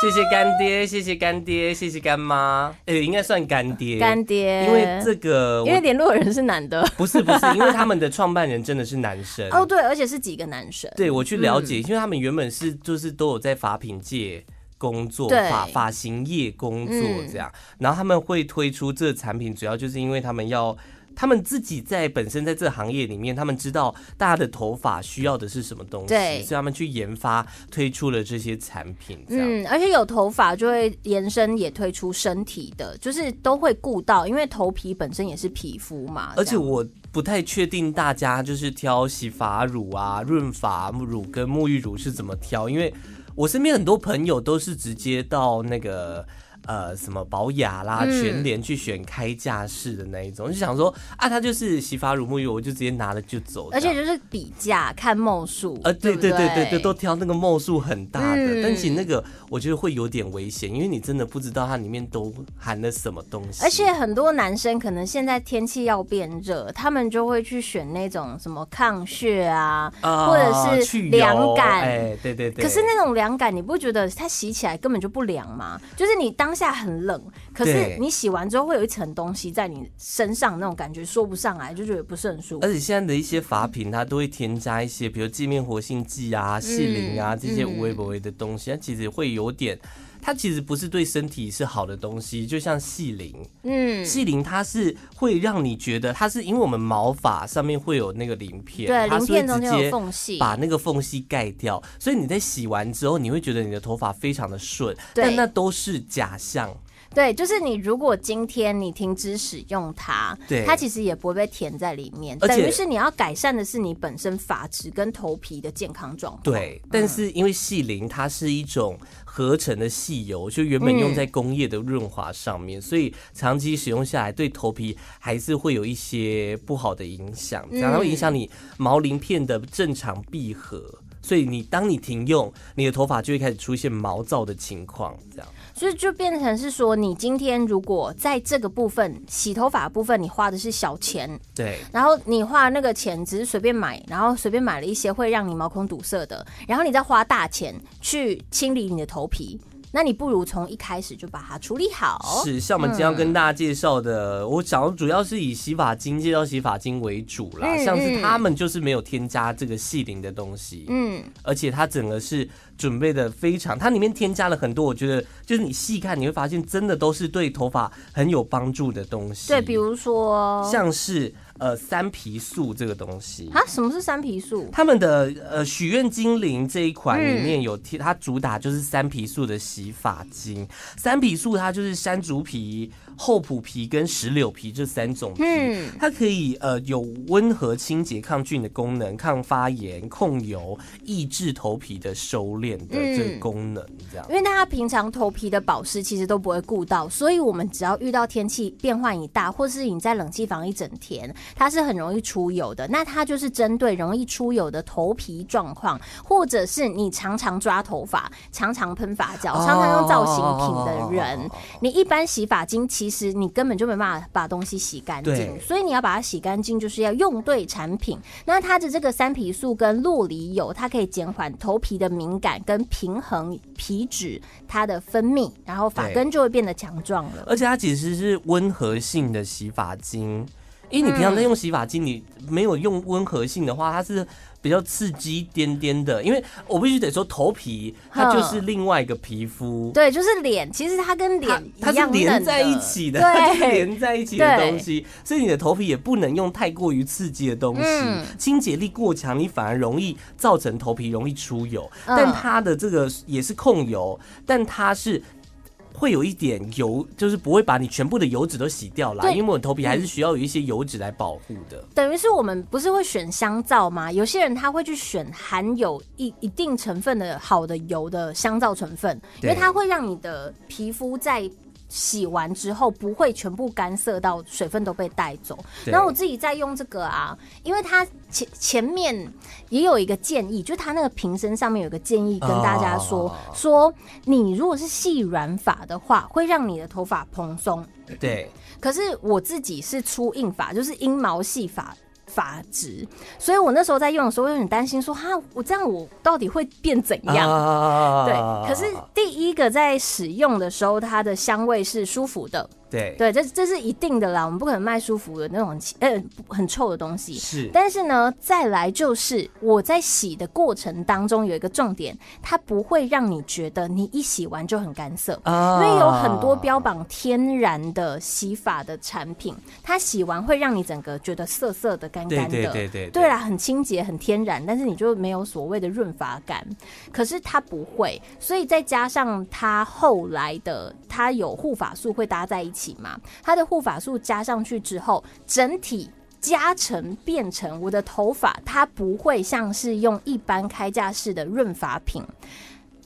[SPEAKER 1] 谢谢干爹，谢谢干爹，谢谢干妈，诶、应该算干爹，
[SPEAKER 2] 干爹，
[SPEAKER 1] 因为这个我
[SPEAKER 2] 呃因为联络人是男
[SPEAKER 1] [laughs]
[SPEAKER 2] 的
[SPEAKER 1] 不是不是，因为他们的创办人真的是男生。
[SPEAKER 2] [laughs] 哦，嗯对，而且是几个男生。
[SPEAKER 1] 对我去了解，因为他们原本是就是都有在法品界工作，
[SPEAKER 2] 对
[SPEAKER 1] 发发型业工作
[SPEAKER 2] 嗯
[SPEAKER 1] 这样，然后他们会推出这产品，主要就是因为他们要。他们自己在本身在这行业里面，他们知道大家的头发需要的是什么东西，
[SPEAKER 2] 对
[SPEAKER 1] 所以他们去研发推出了这些产品。这样，
[SPEAKER 2] 嗯，而且有头发就会延伸，也推出身体的，就是都会顾到，因为头皮本身也是皮肤嘛。
[SPEAKER 1] 而且
[SPEAKER 2] 这样
[SPEAKER 1] 我不太确定大家就是挑洗发乳啊、润发乳跟沐浴乳是怎么挑，因为我身边很多朋友都是直接到那个呃什么保雅啦、
[SPEAKER 2] 嗯
[SPEAKER 1] 全联去选开架式的那一种，就想说啊，它就是洗发乳沐浴，我就直接拿了就走这
[SPEAKER 2] 而
[SPEAKER 1] 样。
[SPEAKER 2] 且就是比价看梦数，
[SPEAKER 1] 呃，对对
[SPEAKER 2] 对不
[SPEAKER 1] 对对对，都挑那个墨数很大的，
[SPEAKER 2] 嗯
[SPEAKER 1] 但其实那个我觉得会有点危险，因为你真的不知道它里面都含了什么东西。
[SPEAKER 2] 而且很多男生可能现在天气要变热，他们就会去选那种什么抗血啊，
[SPEAKER 1] 啊
[SPEAKER 2] 或者是
[SPEAKER 1] 去油
[SPEAKER 2] 凉感
[SPEAKER 1] 哎，对对对。
[SPEAKER 2] 可是那种凉感，你不觉得它洗起来根本就不凉吗？就是你当下很冷，可是
[SPEAKER 1] 对
[SPEAKER 2] 你洗完之后会有一层东西在你身上，那种感觉说不上来，就觉得不是很舒服。
[SPEAKER 1] 而且现在的一些法品，它都会添加一些，比如界面活性剂
[SPEAKER 2] 嗯
[SPEAKER 1] 啊、细磷啊这些无微不微的东西，它其实会有点，它其实不是对身体是好的东西。就像细磷，
[SPEAKER 2] 嗯，
[SPEAKER 1] 细磷它是会让你觉得它是因为我们毛发上面会有那个鳞片，
[SPEAKER 2] 对，
[SPEAKER 1] 它
[SPEAKER 2] 鳞
[SPEAKER 1] 是会
[SPEAKER 2] 片中
[SPEAKER 1] 直
[SPEAKER 2] 间
[SPEAKER 1] 接
[SPEAKER 2] 有缝隙，
[SPEAKER 1] 把那个缝隙盖掉，所以你在洗完之后，你会觉得你的头发非常的顺，
[SPEAKER 2] 对
[SPEAKER 1] 但那都是假象。
[SPEAKER 2] 对，就是你如果今天你停止使用它，
[SPEAKER 1] 对
[SPEAKER 2] 它其实也不会被填在里面，
[SPEAKER 1] 而且
[SPEAKER 2] 等于是你要改善的是你本身发质跟头皮的健康状况。
[SPEAKER 1] 对，但是因为细磷它是一种合成的细油，就原本用在工业的润滑上面，所以长期使用下来对头皮还是会有一些不好的影响，这样它会影响你毛鳞片的正常闭合。所以你当你停用，你的头发就会开始出现毛躁的情况，这样。
[SPEAKER 2] 所以就变成是说，你今天如果在这个部分洗头发的部分，你花的是小钱，
[SPEAKER 1] 对，
[SPEAKER 2] 然后你花那个钱只是随便买，然后随便买了一些会让你毛孔堵塞的，然后你再花大钱去清理你的头皮，那你不如从一开始就把它处理好。嗯
[SPEAKER 1] 是，像我们今天要跟大家介绍的，我讲的主要是以洗发精介绍洗发精为主啦，
[SPEAKER 2] 嗯
[SPEAKER 1] 像
[SPEAKER 2] 嗯
[SPEAKER 1] 是他们就是没有添加这个细鳞的东西，
[SPEAKER 2] 嗯，
[SPEAKER 1] 而且它整个是准备的非常，它里面添加了很多，我觉得就是你细看你会发现，真的都是对头发很有帮助的东西，
[SPEAKER 2] 对，比如说
[SPEAKER 1] 像是呃三皮素这个东西。
[SPEAKER 2] 啊，什么是三皮素？嗯
[SPEAKER 1] 他们的呃许愿精灵这一款里面有贴，它主打就是三皮素的洗发精。三皮素它就是山竹皮、厚朴皮跟石榴皮这三种皮，
[SPEAKER 2] 嗯
[SPEAKER 1] 它可以呃有温和清洁、抗菌的功能，抗发炎、控油、抑制头皮的收敛的
[SPEAKER 2] 嗯
[SPEAKER 1] 这个功能，这样。
[SPEAKER 2] 因为大家平常头皮的保湿其实都不会顾到，所以我们只要遇到天气变化一大，或是你在冷气房一整天，它是很容易出油的。那它就是针对容易出油的头皮状况，或者是你常常抓头发、常常喷发胶、常常用造型品的人，
[SPEAKER 1] 哦
[SPEAKER 2] 你一般洗发精其实你根本就没办法把东西洗干净
[SPEAKER 1] 对，
[SPEAKER 2] 所以你要把它洗干净，就是要用对产品。那它的这个三皮素跟洛梨油，它可以减缓头皮的敏感跟平衡皮脂它的分泌，然后发
[SPEAKER 1] 对
[SPEAKER 2] 根就会变得强壮了。
[SPEAKER 1] 而且它其实是温和性的洗发精，因为你平常在用洗发精，你没有用温和性的话，它是比较刺激一点点的。因为我必须得说，头皮它就是另外一个皮肤，
[SPEAKER 2] 对，就是脸，其实它跟
[SPEAKER 1] 它
[SPEAKER 2] 脸一
[SPEAKER 1] 它是
[SPEAKER 2] 样嫩
[SPEAKER 1] 连
[SPEAKER 2] 的
[SPEAKER 1] 在一起的，它就是
[SPEAKER 2] 对，
[SPEAKER 1] 连在一起的东西，所以你的头皮也不能用太过于刺激的东西，
[SPEAKER 2] 嗯
[SPEAKER 1] 清洁力过强，你反而容易造成头皮容易出油。
[SPEAKER 2] 嗯
[SPEAKER 1] 但它的这个也是控油，但它是。会有一点油，就是不会把你全部的油脂都洗掉啦，
[SPEAKER 2] 对
[SPEAKER 1] 因为我头皮还是需要有一些油脂来保护的。
[SPEAKER 2] 等于是我们不是会选香皂吗？有些人他会去选含有一一定成分的好的油的香皂成分，因
[SPEAKER 1] 对
[SPEAKER 2] 为它会让你的皮肤在。洗完之后不会全部干涩到水分都被带走。
[SPEAKER 1] 对
[SPEAKER 2] 然后我自己在用这个啊，因为它前前面也有一个建议，就是它那个瓶身上面有一个建议跟大家说，
[SPEAKER 1] 哦
[SPEAKER 2] 说你如果是细软发的话，会让你的头发蓬松。
[SPEAKER 1] 对，
[SPEAKER 2] 可是我自己是粗硬发，就是阴毛细发发质，所以我那时候在用的时候，我有点担心说，哈，我这样我到底会变怎样？
[SPEAKER 1] 啊
[SPEAKER 2] 对，可是第一个在使用的时候，它的香味是舒服的，
[SPEAKER 1] 对
[SPEAKER 2] 对，这这是一定的啦，我们不可能卖舒服的那种气，呃，很臭的东西。
[SPEAKER 1] 是
[SPEAKER 2] 但是呢，再来就是我在洗的过程当中有一个重点，它不会让你觉得你一洗完就很干涩，
[SPEAKER 1] 啊
[SPEAKER 2] 因为有很多标榜天然的洗发的产品，它洗完会让你整个觉得涩涩的、干干的。
[SPEAKER 1] 对对对对
[SPEAKER 2] 对啦，很清洁、很天然，但是你就没有所谓的润发感。可是它不会，所以再加上它后来的，它有护发素会搭在一起嘛，它的护发素加上去之后，整体。加成变成我的头发，它不会像是用一般开架式的润发品，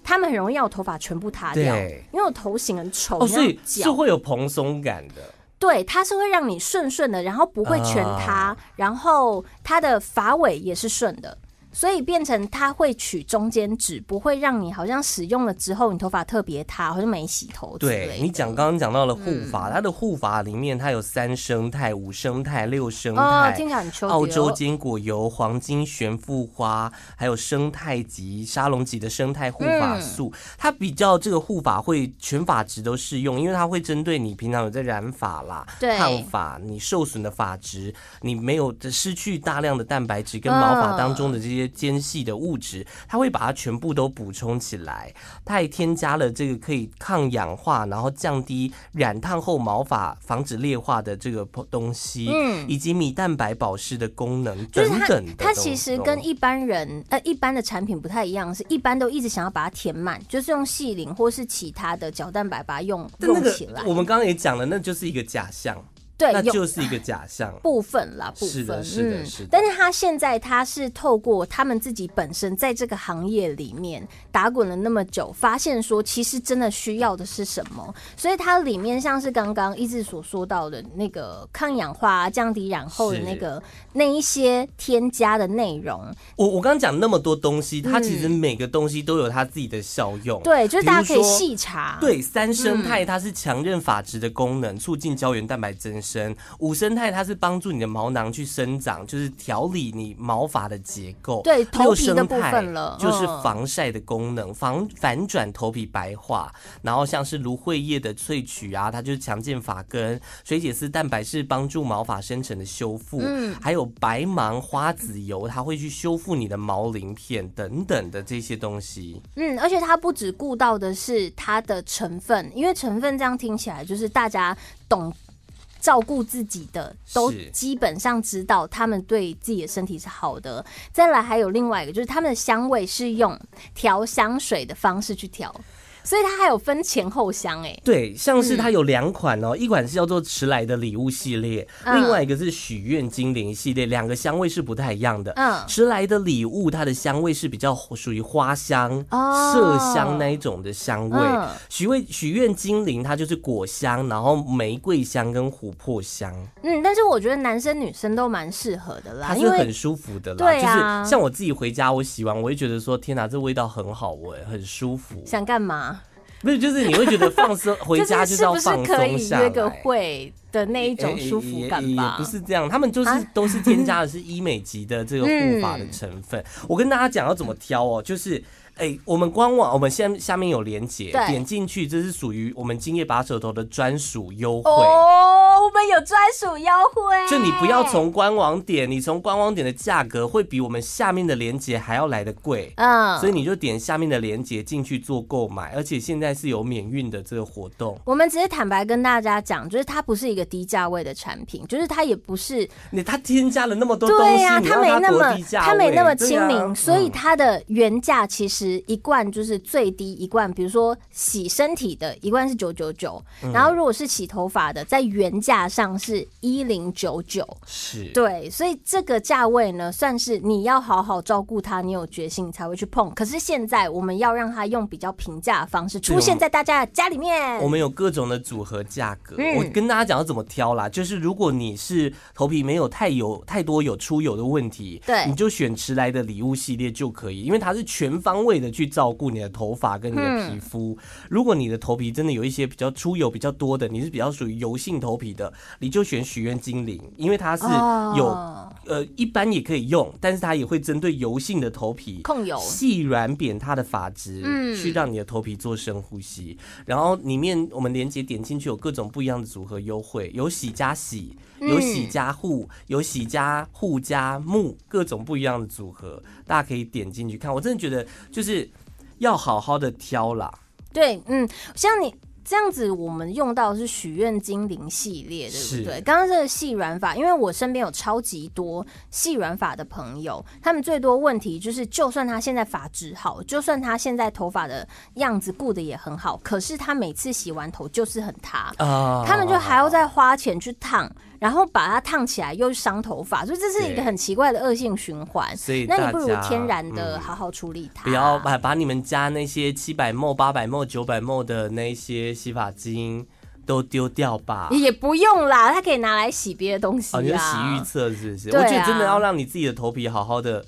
[SPEAKER 2] 他们很容易让我头发全部塌掉，
[SPEAKER 1] 对
[SPEAKER 2] 因为我头型很丑，
[SPEAKER 1] 哦，
[SPEAKER 2] 你
[SPEAKER 1] 所以
[SPEAKER 2] 知
[SPEAKER 1] 是
[SPEAKER 2] 道脚，
[SPEAKER 1] 会有蓬松感的。
[SPEAKER 2] 对，它是会让你顺顺的，然后不会全
[SPEAKER 1] 啊
[SPEAKER 2] 塌，然后它的发尾也是顺的。所以变成它会取中间值，不会让你好像使用了之后你头发特别塌，好像没洗头之类的。嗯
[SPEAKER 1] 对你讲刚刚讲到了护发，它的护发里面它有三生态、五生态、六生
[SPEAKER 2] 哦，
[SPEAKER 1] 态
[SPEAKER 2] 听。起来很秋
[SPEAKER 1] 澳
[SPEAKER 2] 丢
[SPEAKER 1] 洲坚果油、黄金悬浮花，还有生态级、沙龙级的生态护发素，
[SPEAKER 2] 嗯
[SPEAKER 1] 它比较这个护发会全发质都适用，因为它会针对你平常有在染发啦、
[SPEAKER 2] 对
[SPEAKER 1] 烫发、你受损的发质、你没有失去大量的蛋白质跟毛发
[SPEAKER 2] 嗯
[SPEAKER 1] 当中的这些间隙的物质，它会把它全部都补充起来。它还添加了这个可以抗氧化，然后降低染烫后毛发、防止劣化的这个东西，
[SPEAKER 2] 嗯
[SPEAKER 1] 以及米蛋白保湿的功能
[SPEAKER 2] 就是
[SPEAKER 1] 等
[SPEAKER 2] 它
[SPEAKER 1] 等的
[SPEAKER 2] 它
[SPEAKER 1] 东哦
[SPEAKER 2] 其实
[SPEAKER 1] 东
[SPEAKER 2] 跟一般人呃一般的产品不太一样，是一般都一直想要把它填满，就是用细鳞或是其他的角蛋白把它用
[SPEAKER 1] 但那
[SPEAKER 2] 用
[SPEAKER 1] 个
[SPEAKER 2] 起来。
[SPEAKER 1] 我们刚刚也讲了，那就是一个假象，
[SPEAKER 2] 对
[SPEAKER 1] 那，
[SPEAKER 2] 有
[SPEAKER 1] 就是一个假象。
[SPEAKER 2] 部分啦，部分
[SPEAKER 1] 是的是的
[SPEAKER 2] 嗯
[SPEAKER 1] 是的
[SPEAKER 2] 但是它现在它是透过他们自己本身在这个行业里面打滚了那么久，发现说其实真的需要的是什么，所以它里面像是刚刚一直所说到的那个抗氧化、啊、降低染后的
[SPEAKER 1] 是
[SPEAKER 2] 那个那一些添加的内容，
[SPEAKER 1] 我我刚刚讲那么多东西，它其实每个东西都有它自己的效用。
[SPEAKER 2] 嗯对，就是大家
[SPEAKER 1] 比
[SPEAKER 2] 可以
[SPEAKER 1] 如说
[SPEAKER 2] 细查。
[SPEAKER 1] 对，三
[SPEAKER 2] 嗯
[SPEAKER 1] 生态它是强韧发质的功能，促进胶原蛋白增生；五生态它是帮助你的毛囊去生长，就是调理你毛发的结构。
[SPEAKER 2] 对头
[SPEAKER 1] 六
[SPEAKER 2] 皮的
[SPEAKER 1] 生
[SPEAKER 2] 部
[SPEAKER 1] 态
[SPEAKER 2] 分了
[SPEAKER 1] 就是
[SPEAKER 2] 嗯
[SPEAKER 1] 防晒的功能，防反转头皮白化。然后像是芦荟叶的萃取啊，它就是强健发根；水解丝蛋白是帮助毛发生成的修复，
[SPEAKER 2] 嗯
[SPEAKER 1] 还有白芒花籽油，它会去修复你的毛鳞片等等的这些东西。
[SPEAKER 2] 嗯，而且它不只顾到的是它的成分，因为成分这样听起来就是大家懂照顾自己的，都
[SPEAKER 1] 是
[SPEAKER 2] 基本上知道他们对自己的身体是好的。再来还有另外一个，就是他们的香味是用调香水的方式去调，所以它还有分前后香欸诶、
[SPEAKER 1] 对，像是它有两款哦，一款是叫做迟来的礼物系列，
[SPEAKER 2] 嗯
[SPEAKER 1] 另外一个是许愿精灵系列，两个香味是不太一样的。
[SPEAKER 2] 嗯
[SPEAKER 1] 迟来的礼物它的香味是比较属于花香、
[SPEAKER 2] 哦
[SPEAKER 1] 麝香那一种的香味
[SPEAKER 2] 嗯，
[SPEAKER 1] 许愿许愿精灵它就是果香，然后玫瑰香跟琥珀香，
[SPEAKER 2] 嗯，但是我觉得男生女生都蛮适合的啦，
[SPEAKER 1] 它
[SPEAKER 2] 因
[SPEAKER 1] 是
[SPEAKER 2] 为
[SPEAKER 1] 很舒服的啦。
[SPEAKER 2] 对啊
[SPEAKER 1] 就是像我自己回家我洗完，我会觉得说天哪，这味道很好闻，很舒服。
[SPEAKER 2] 想干嘛？
[SPEAKER 1] 不是，就是你会觉得放
[SPEAKER 2] [laughs]
[SPEAKER 1] 松，回家就是
[SPEAKER 2] 是
[SPEAKER 1] 要
[SPEAKER 2] 不是
[SPEAKER 1] 放
[SPEAKER 2] 可
[SPEAKER 1] 松
[SPEAKER 2] 以
[SPEAKER 1] 下
[SPEAKER 2] 约个
[SPEAKER 1] 来
[SPEAKER 2] 会的那一种
[SPEAKER 1] 诶
[SPEAKER 2] 舒服
[SPEAKER 1] 也
[SPEAKER 2] 感
[SPEAKER 1] 也
[SPEAKER 2] 吧？
[SPEAKER 1] 也不是这样，他们就是、
[SPEAKER 2] 啊 [laughs] 嗯
[SPEAKER 1] 都是添加的是医美级的这个护发的成分。我跟大家讲要怎么挑哦，就是。哎、我们官网我们下下面有连结，
[SPEAKER 2] 对
[SPEAKER 1] 点进去，这是属于我们今夜拔舌头的专属优惠。
[SPEAKER 2] 哦，我们有专属优惠，
[SPEAKER 1] 就你不要从官网点，你从官网点的价格会比我们下面的连结还要来的贵，
[SPEAKER 2] 嗯，
[SPEAKER 1] 所以你就点下面的连结进去做购买，而且现在是有免运的这个活动。
[SPEAKER 2] 我们只是坦白跟大家讲，就是它不是一个低价位的产品，就是它也不是
[SPEAKER 1] 你它添加了那么多东西，
[SPEAKER 2] 对呀、
[SPEAKER 1] 你
[SPEAKER 2] 它
[SPEAKER 1] 让
[SPEAKER 2] 没那
[SPEAKER 1] 多
[SPEAKER 2] 么
[SPEAKER 1] 低价
[SPEAKER 2] 它没那么
[SPEAKER 1] 位对
[SPEAKER 2] 亲
[SPEAKER 1] 啊
[SPEAKER 2] 民，所以
[SPEAKER 1] 嗯
[SPEAKER 2] 它的原价其实一罐就是最低一罐，比如说洗身体的一罐是九九九，
[SPEAKER 1] 嗯
[SPEAKER 2] 然后如果是洗头发的，在原价上是一零九九，
[SPEAKER 1] 是
[SPEAKER 2] 对，所以这个价位呢，算是你要好好照顾它，你有决心你才会去碰。可是现在我们要让它用比较平价的方式出现在大家的家里面。
[SPEAKER 1] 我们有各种的组合价格，
[SPEAKER 2] 嗯
[SPEAKER 1] 我跟大家讲要怎么挑啦，就是如果你是头皮没有太油太多有出油的问题，
[SPEAKER 2] 对
[SPEAKER 1] 你就选迟来的礼物系列就可以，因为它是全方位的去照顾你的头发跟你
[SPEAKER 2] 嗯
[SPEAKER 1] 的皮肤。如果你的头皮真的有一些比较出油比较多的，你是比较属于油性头皮的，你就选许愿精灵，因为它是有、
[SPEAKER 2] 哦
[SPEAKER 1] 呃一般也可以用，但是它也会针对油性的头皮
[SPEAKER 2] 控油
[SPEAKER 1] 细软扁塌的发质，
[SPEAKER 2] 嗯
[SPEAKER 1] 去让你的头皮做深呼吸。然后里面我们连接点进去有各种不一样的组合优惠，有洗加洗，
[SPEAKER 2] 嗯
[SPEAKER 1] 有洗加护，有洗加护加木，各种不一样的组合，大家可以点进去看。我真的觉得就是要好好的挑啦，
[SPEAKER 2] 对，嗯，像你这样子，我们用到的是许愿精灵系列，对
[SPEAKER 1] 是
[SPEAKER 2] 不对？刚刚这个细软法，因为我身边有超级多细软法的朋友，他们最多问题就是，就算他现在发质好，就算他现在头发的样子顾得也很好，可是他每次洗完头就是很塌。
[SPEAKER 1] 啊
[SPEAKER 2] 他们就还要再花钱去烫，然后把它烫起来又伤头发，所以这是一个
[SPEAKER 1] 对
[SPEAKER 2] 很奇怪的恶性循环。
[SPEAKER 1] 所以
[SPEAKER 2] 那
[SPEAKER 1] 大
[SPEAKER 2] 你不如
[SPEAKER 1] 家
[SPEAKER 2] 天然的啊
[SPEAKER 1] 嗯
[SPEAKER 2] 好好处理它，
[SPEAKER 1] 不要把把你们家那些七百沫、八百沫、九百沫的那些洗发精都丢掉吧。
[SPEAKER 2] 也不用啦，它可以拿来洗别的东西
[SPEAKER 1] 哦，你是洗
[SPEAKER 2] 啊
[SPEAKER 1] 浴。册是不是？
[SPEAKER 2] 对啊
[SPEAKER 1] 我觉得真的要让你自己的头皮好好的，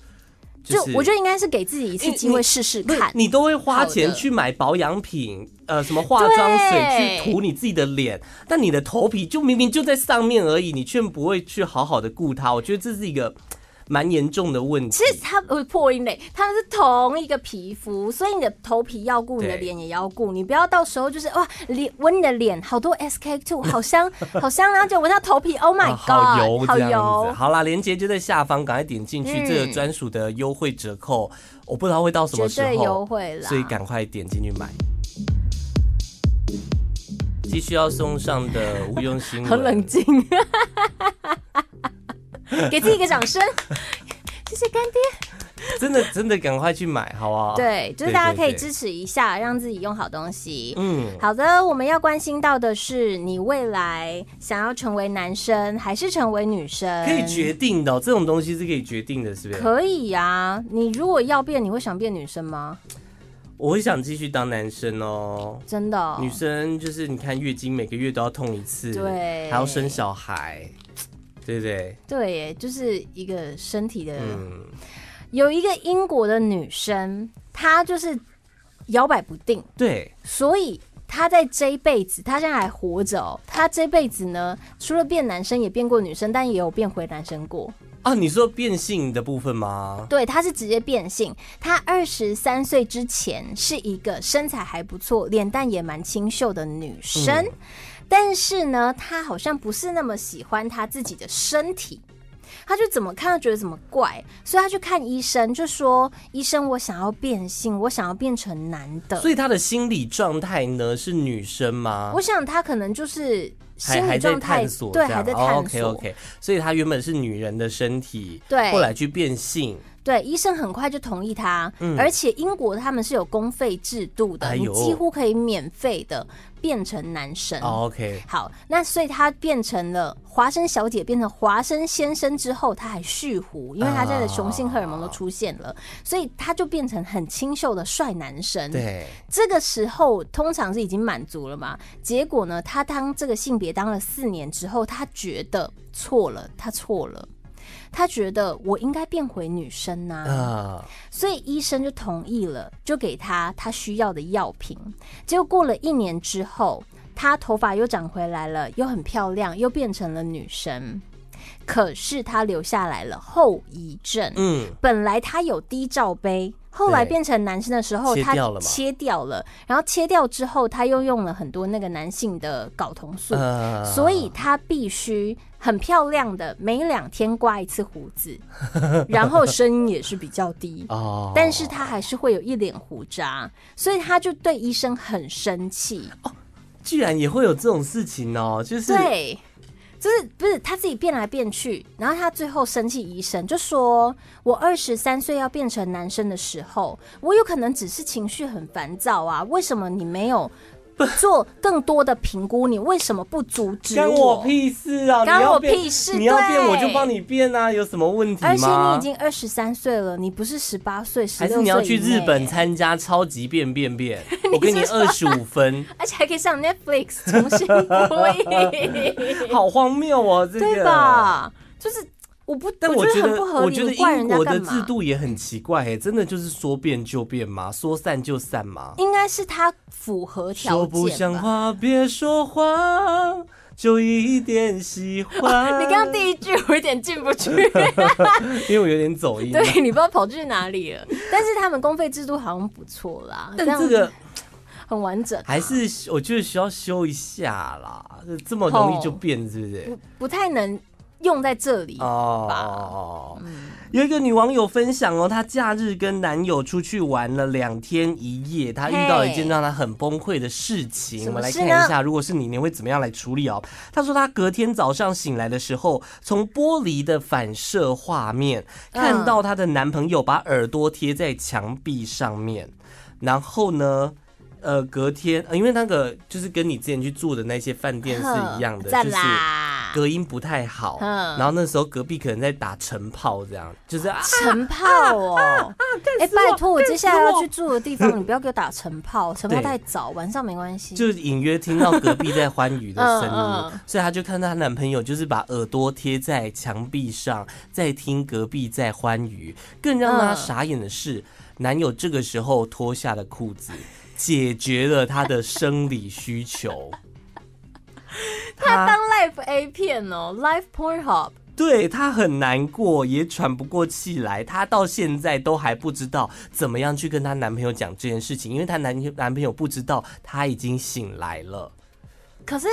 [SPEAKER 1] 是
[SPEAKER 2] 就我觉得应该是给自己一次
[SPEAKER 1] 因为
[SPEAKER 2] 机会
[SPEAKER 1] 你
[SPEAKER 2] 试试
[SPEAKER 1] 不是
[SPEAKER 2] 看。
[SPEAKER 1] 你都会花
[SPEAKER 2] 好
[SPEAKER 1] 钱
[SPEAKER 2] 的
[SPEAKER 1] 去买保养品，呃，什么化妆水
[SPEAKER 2] 对
[SPEAKER 1] 去涂你自己的脸，但你的头皮就明明就在上面而已，你却不会去好好的顾它，我觉得这是一个蛮严重的问题。
[SPEAKER 2] 其实它会破音嘞，它们是同一个皮肤，所以你的头皮要顾，你的
[SPEAKER 1] 对
[SPEAKER 2] 脸也要顾，你不要到时候就是哇，脸闻你的脸好多 SK two，好
[SPEAKER 1] [laughs]
[SPEAKER 2] 香好香，然后就闻到头皮，Oh my
[SPEAKER 1] 啊
[SPEAKER 2] god，、
[SPEAKER 1] 好油
[SPEAKER 2] 好
[SPEAKER 1] 这样子。
[SPEAKER 2] 油，
[SPEAKER 1] 好啦，链接就在下方，赶快点进去，
[SPEAKER 2] 嗯
[SPEAKER 1] 这个专属的优惠折扣，我不知道会到什么时
[SPEAKER 2] 绝对优
[SPEAKER 1] 候，
[SPEAKER 2] 惠啦
[SPEAKER 1] 所以赶快点进去买。继续要送上的无用新闻，
[SPEAKER 2] 很冷静， [laughs] 给自己一个掌声， [laughs] 谢谢干爹。
[SPEAKER 1] 真的真的赶快去买，好不好？，
[SPEAKER 2] 对，就是大家可以
[SPEAKER 1] 对对
[SPEAKER 2] 支持一下，让自己用好东西。
[SPEAKER 1] 嗯，
[SPEAKER 2] 好的，我们要关心到的是，你未来想要成为男生还是成为女生？
[SPEAKER 1] 可以决定的哦、这种东西是可以决定的，是不是？
[SPEAKER 2] 可以呀、你如果要变，你会想变女生吗？
[SPEAKER 1] 我会想继续当男生哦。
[SPEAKER 2] 真的哦、
[SPEAKER 1] 女生就是你看月经每个月都要痛一次，
[SPEAKER 2] 对
[SPEAKER 1] 还要生小孩，对不对？
[SPEAKER 2] 对耶，就是一个身体的。
[SPEAKER 1] 嗯，
[SPEAKER 2] 有一个英国的女生，她就是摇摆不定，
[SPEAKER 1] 对。
[SPEAKER 2] 所以她在这一辈子，她现在还活着哦。她这辈子呢，除了变男生，也变过女生，但也有变回男生过。
[SPEAKER 1] 啊，你说变性的部分吗？
[SPEAKER 2] 对，她是直接变性。她二十三岁之前是一个身材还不错、脸蛋也蛮清秀的女生，
[SPEAKER 1] 嗯
[SPEAKER 2] 但是呢，她好像不是那么喜欢她自己的身体。她就怎么看都觉得怎么怪，所以她去看医生，就说：“医生，我想要变性，我想要变成男的。”
[SPEAKER 1] 所以他的心理状态呢是女生吗
[SPEAKER 2] 我？想她可能就是
[SPEAKER 1] 还
[SPEAKER 2] 心
[SPEAKER 1] 啊还
[SPEAKER 2] 理
[SPEAKER 1] 在
[SPEAKER 2] 状态
[SPEAKER 1] 探索这样，
[SPEAKER 2] 对，
[SPEAKER 1] 哦
[SPEAKER 2] 还在探
[SPEAKER 1] o k
[SPEAKER 2] 索。
[SPEAKER 1] OK，所以他原本是女人的身体，
[SPEAKER 2] 对
[SPEAKER 1] 后来去变性，
[SPEAKER 2] 对，医生很快就同意他，而且英国他们是有公费制度的，
[SPEAKER 1] 嗯哎
[SPEAKER 2] 你
[SPEAKER 1] 呦
[SPEAKER 2] 几乎可以免费的变成男生。
[SPEAKER 1] 哦、OK，
[SPEAKER 2] 好，那所以他变成了华生小姐，变成华生先生之后，他还蓄胡，因为他这的雄性荷尔蒙都出现了，所以他就变成很清秀的帅男生。
[SPEAKER 1] 对，
[SPEAKER 2] 这个时候通常是已经满足了嘛，结果呢，他当这个性别当了四年之后，他觉得错了，他错了，他觉得我应该变回女生呐、
[SPEAKER 1] 啊，
[SPEAKER 2] 所以医生就同意了，就给他他需要的药品。结果过了一年之后，她头发又长回来了，又很漂亮，又变成了女生。可是她留下来了后遗症，
[SPEAKER 1] 嗯，
[SPEAKER 2] 本来她有低罩杯，后来
[SPEAKER 1] 对
[SPEAKER 2] 变成男生的时候，
[SPEAKER 1] 切
[SPEAKER 2] 她
[SPEAKER 1] 掉了嘛
[SPEAKER 2] 切掉了，然后切掉之后，她又用了很多那个男性的睾酮素，
[SPEAKER 1] 呃
[SPEAKER 2] 所以她必须很漂亮的每两天刮一次胡
[SPEAKER 1] [laughs]
[SPEAKER 2] 子，然后声音也是比较低。
[SPEAKER 1] 哦，
[SPEAKER 2] 但是她还是会有一脸胡渣，所以她就对医生很生气。
[SPEAKER 1] 居然也会有这种事情哦，就是
[SPEAKER 2] 对，就是不是她自己变来变去，然后她最后生气医生，就说：“我二十三岁要变成男生的时候，我有可能只是情绪很烦躁啊，为什么你没有做更多的评估？你为什么不阻止
[SPEAKER 1] 干我屁事啊，
[SPEAKER 2] 干
[SPEAKER 1] 你要
[SPEAKER 2] 我
[SPEAKER 1] 变
[SPEAKER 2] 屁事
[SPEAKER 1] 你要变
[SPEAKER 2] 对
[SPEAKER 1] 我就帮你变啊，有什么问题吗？
[SPEAKER 2] 而且你已经二十三岁了，你不是十八岁、十
[SPEAKER 1] 还是
[SPEAKER 2] 六岁
[SPEAKER 1] 你要去
[SPEAKER 2] 以内
[SPEAKER 1] 日本
[SPEAKER 2] 欸
[SPEAKER 1] 参加超级变变
[SPEAKER 2] [laughs]
[SPEAKER 1] 变，我给你二十五分。
[SPEAKER 2] 而且还可以上 Netflix 重新 [laughs] 播映。
[SPEAKER 1] 好荒谬哦，这个
[SPEAKER 2] 对？吧？就是我不，
[SPEAKER 1] 但我
[SPEAKER 2] 觉
[SPEAKER 1] 觉
[SPEAKER 2] 得很
[SPEAKER 1] 得，
[SPEAKER 2] 不合
[SPEAKER 1] 我
[SPEAKER 2] 理，
[SPEAKER 1] 觉得
[SPEAKER 2] 你怪人
[SPEAKER 1] 英
[SPEAKER 2] 家
[SPEAKER 1] 国的
[SPEAKER 2] 干嘛？
[SPEAKER 1] 制度也很奇怪哎，真的就是说变就变吗？说散就散吗？
[SPEAKER 2] 应该是他符合条
[SPEAKER 1] 说不
[SPEAKER 2] 件
[SPEAKER 1] 像
[SPEAKER 2] 吧。
[SPEAKER 1] 话，别说谎，就一点喜欢。
[SPEAKER 2] [laughs] [laughs] 你刚刚第一句我有点进不去，
[SPEAKER 1] 因为我有点走音。啊
[SPEAKER 2] 对你不知道跑去哪里了。但是他们公费制度好像不错啦，
[SPEAKER 1] 但
[SPEAKER 2] 样
[SPEAKER 1] 这个
[SPEAKER 2] 很完整，
[SPEAKER 1] 还是我觉得需要修一下啦，这这么容易就变是不是
[SPEAKER 2] 不？不太能用在这里。
[SPEAKER 1] 哦，有一个女网友分享哦，她假日跟男友出去玩了两天一夜，她遇到一件
[SPEAKER 2] 嘿
[SPEAKER 1] 让她很崩溃的事情。
[SPEAKER 2] 什
[SPEAKER 1] 我
[SPEAKER 2] 么
[SPEAKER 1] 们来
[SPEAKER 2] 事
[SPEAKER 1] 看
[SPEAKER 2] 呢
[SPEAKER 1] 一下，如果是你，你会怎么样来处理哦？她说她隔天早上醒来的时候，从玻璃的反射画面
[SPEAKER 2] 嗯
[SPEAKER 1] 看到她的男朋友把耳朵贴在墙壁上面，然后呢？呃，隔天，呃因为那个就是跟你之前去住的那些饭店是一样的，
[SPEAKER 2] 赞
[SPEAKER 1] 就是
[SPEAKER 2] 啦！啦，
[SPEAKER 1] 隔音不太好，
[SPEAKER 2] 嗯
[SPEAKER 1] 然后那时候隔壁可能在打晨炮，这样就是啊，
[SPEAKER 2] 晨炮哦。哎，拜托，我接下来要去住的地方，你不要给我打晨炮，晨炮
[SPEAKER 1] 对
[SPEAKER 2] 太早，晚上没关系。
[SPEAKER 1] 就隐约听到隔壁在欢愉的声
[SPEAKER 2] 嗯
[SPEAKER 1] 音，所以她就看到她男朋友就是把耳朵贴在墙壁上，在听隔壁在欢愉。更让她
[SPEAKER 2] 嗯
[SPEAKER 1] 傻眼的是，男友这个时候脱下了裤子，解决了她的生理需求。
[SPEAKER 2] 他
[SPEAKER 1] 她
[SPEAKER 2] 当 live A 片哦，live Pornhub。
[SPEAKER 1] 对她很难过，也喘不过气来。她到现在都还不知道怎么样去跟她男朋友讲这件事情，因为她男男朋友不知道她已经醒来了。
[SPEAKER 2] 可是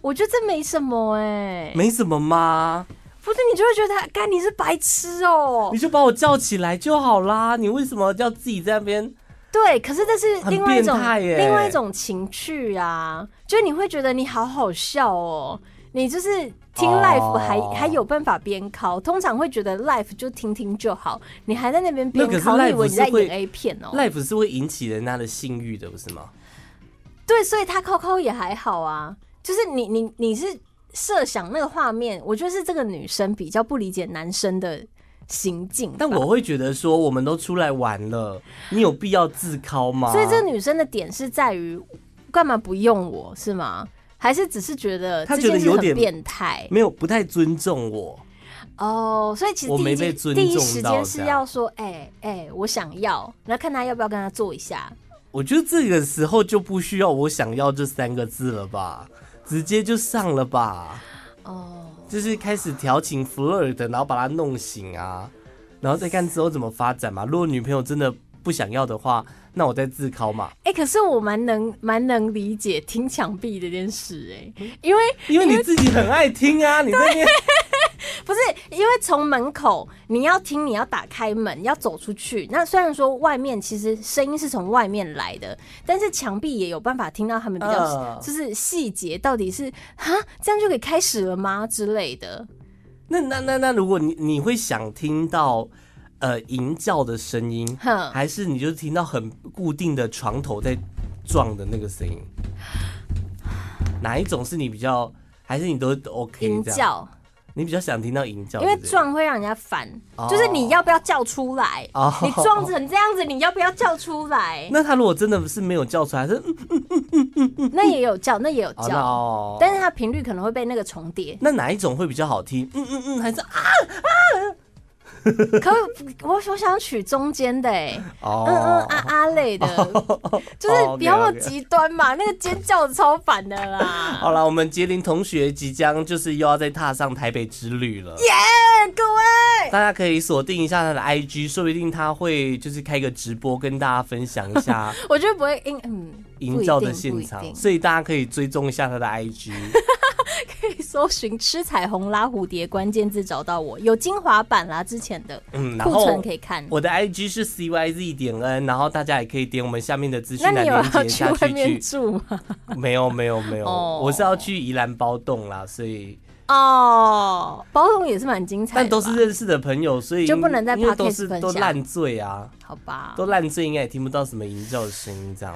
[SPEAKER 2] 我觉得这没什么哎、
[SPEAKER 1] 没什么吗？
[SPEAKER 2] 不是你就会觉得该你是白痴哦、
[SPEAKER 1] 你就把我叫起来就好啦，你为什么要自己在那边？
[SPEAKER 2] 对，可是这是
[SPEAKER 1] 很
[SPEAKER 2] 另外一种
[SPEAKER 1] 变态耶
[SPEAKER 2] 另外一种情趣啊，就是你会觉得你好好笑哦、你就是听
[SPEAKER 1] 哦
[SPEAKER 2] life 还、还有办法边考，通常会觉得 life 就听听就好，你还在那边边
[SPEAKER 1] 那可是
[SPEAKER 2] 考，你以
[SPEAKER 1] live
[SPEAKER 2] 为你在
[SPEAKER 1] 是会
[SPEAKER 2] 演 A 片哦、
[SPEAKER 1] 赖 e 是会引起人家的性欲的，不是吗？
[SPEAKER 2] 对，所以他扣扣也还好啊，就是你你你是设想那个画面，我觉得是这个女生比较不理解男生的行径吧，
[SPEAKER 1] 但我会觉得说，我们都出来玩了，你有必要自敲吗？
[SPEAKER 2] 所以这个女生的点是在于干嘛不用我是吗？还是只是觉得
[SPEAKER 1] 她
[SPEAKER 2] 这
[SPEAKER 1] 觉得
[SPEAKER 2] 件事
[SPEAKER 1] 有
[SPEAKER 2] 很
[SPEAKER 1] 点
[SPEAKER 2] 变态
[SPEAKER 1] 没有不太尊重我，
[SPEAKER 2] 哦所以其实
[SPEAKER 1] 我
[SPEAKER 2] 第一
[SPEAKER 1] 没被
[SPEAKER 2] 件
[SPEAKER 1] 尊
[SPEAKER 2] 第一
[SPEAKER 1] 重
[SPEAKER 2] 时
[SPEAKER 1] 到
[SPEAKER 2] 间
[SPEAKER 1] 这
[SPEAKER 2] 是
[SPEAKER 1] 样
[SPEAKER 2] 要说，哎、哎、我想要，然后看他要不要跟他做一下。
[SPEAKER 1] 我觉得这个时候就不需要我想要这三个字了吧，直接就上了吧，
[SPEAKER 2] 哦，
[SPEAKER 1] 就是开始调情 flirt，然后把他弄醒啊，然后再看之后怎么发展嘛。如果女朋友真的不想要的话，那我再自敲嘛。
[SPEAKER 2] 哎、可是我蛮能蛮能理解听墙壁这件事、
[SPEAKER 1] 嗯
[SPEAKER 2] 哎，因为
[SPEAKER 1] 因为你自己很爱听啊，你在那边
[SPEAKER 2] 不是因为从门口你要听，你要打开门，要走出去。那虽然说外面其实声音是从外面来的，但是墙壁也有办法听到他们比较、
[SPEAKER 1] 嗯
[SPEAKER 2] 就是细节，到底是啊这样就可以开始了吗之类的。
[SPEAKER 1] 那那那那，如果你你会想听到呃吟叫的声音，
[SPEAKER 2] 哼
[SPEAKER 1] 还是你就听到很固定的床头在撞的那个声音？哪一种是你比较？还是你都 OK
[SPEAKER 2] 吟
[SPEAKER 1] 这样？
[SPEAKER 2] 叫，
[SPEAKER 1] 你比较想听到吟叫，
[SPEAKER 2] 因为
[SPEAKER 1] 对不对
[SPEAKER 2] 撞会让人家烦，
[SPEAKER 1] 哦
[SPEAKER 2] 就是你要不要叫出来？
[SPEAKER 1] 哦
[SPEAKER 2] 你撞成这样子，你要不要叫出
[SPEAKER 1] [laughs]
[SPEAKER 2] 来？
[SPEAKER 1] 那他如果真的是没有叫出来，是嗯
[SPEAKER 2] 那也有叫，那也有
[SPEAKER 1] 哦那
[SPEAKER 2] 叫，
[SPEAKER 1] 哦，
[SPEAKER 2] 但是它频率可能会被那个重叠。
[SPEAKER 1] 那哪一种会比较好听？嗯嗯嗯，还是啊
[SPEAKER 2] 可 [laughs] 我我想取中间的哎、
[SPEAKER 1] 哦，
[SPEAKER 2] 嗯嗯啊啊类的，就是不要那么
[SPEAKER 1] OK，OK
[SPEAKER 2] 极端嘛，那个尖叫超烦的啦。
[SPEAKER 1] 好了，我们杰林同学即将就是又要再踏上台北之旅了。
[SPEAKER 2] 耶，各位，
[SPEAKER 1] 大家可以锁定一下他的 IG，说不定他会就是开个直播跟大家分享一下
[SPEAKER 2] [laughs] 我觉得不会因嗯，不
[SPEAKER 1] 营
[SPEAKER 2] 一
[SPEAKER 1] 造
[SPEAKER 2] 定
[SPEAKER 1] 的
[SPEAKER 2] 不
[SPEAKER 1] 现
[SPEAKER 2] 一
[SPEAKER 1] 场，
[SPEAKER 2] 定，
[SPEAKER 1] 所以大家可以追踪一下他的
[SPEAKER 2] [laughs]
[SPEAKER 1] IG。
[SPEAKER 2] 可以搜寻“吃彩虹拉蝴蝶”关键字找到我，有精华版啦，之前的
[SPEAKER 1] 嗯，然
[SPEAKER 2] 库存
[SPEAKER 1] 后
[SPEAKER 2] 可以看。
[SPEAKER 1] 我的 IG 是 CYZ 点 N，然后大家也可以点我们下面的资讯
[SPEAKER 2] 那
[SPEAKER 1] 栏
[SPEAKER 2] 你有要
[SPEAKER 1] 连接
[SPEAKER 2] 去
[SPEAKER 1] 下
[SPEAKER 2] 外
[SPEAKER 1] 去
[SPEAKER 2] 面
[SPEAKER 1] 去。
[SPEAKER 2] 住吗？
[SPEAKER 1] 没有没有没有，
[SPEAKER 2] 哦
[SPEAKER 1] 我是要去宜兰包栋啦，所以
[SPEAKER 2] 哦，包栋也是蛮精彩的吧，
[SPEAKER 1] 但都是认识的朋友，所以
[SPEAKER 2] 就不能在
[SPEAKER 1] 因为都
[SPEAKER 2] podcast
[SPEAKER 1] 是
[SPEAKER 2] 分
[SPEAKER 1] 都
[SPEAKER 2] 享
[SPEAKER 1] 烂醉啊。
[SPEAKER 2] 好吧？
[SPEAKER 1] 都烂醉，应该也听不到什么吟叫的声音。这样，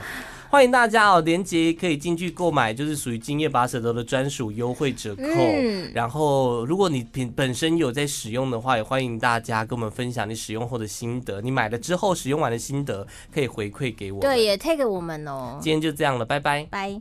[SPEAKER 1] 欢迎大家哦，连杰可以进去购买，就是属于今夜拔舌头的专属优惠折扣。
[SPEAKER 2] 嗯
[SPEAKER 1] 然后，如果你本本身有在使用的话，也欢迎大家跟我们分享你使用后的心得，你买了之后使用完的心得，可以回馈给我。
[SPEAKER 2] 对，，也 take 我们哦，
[SPEAKER 1] 今天就这样了，拜拜。
[SPEAKER 2] 拜。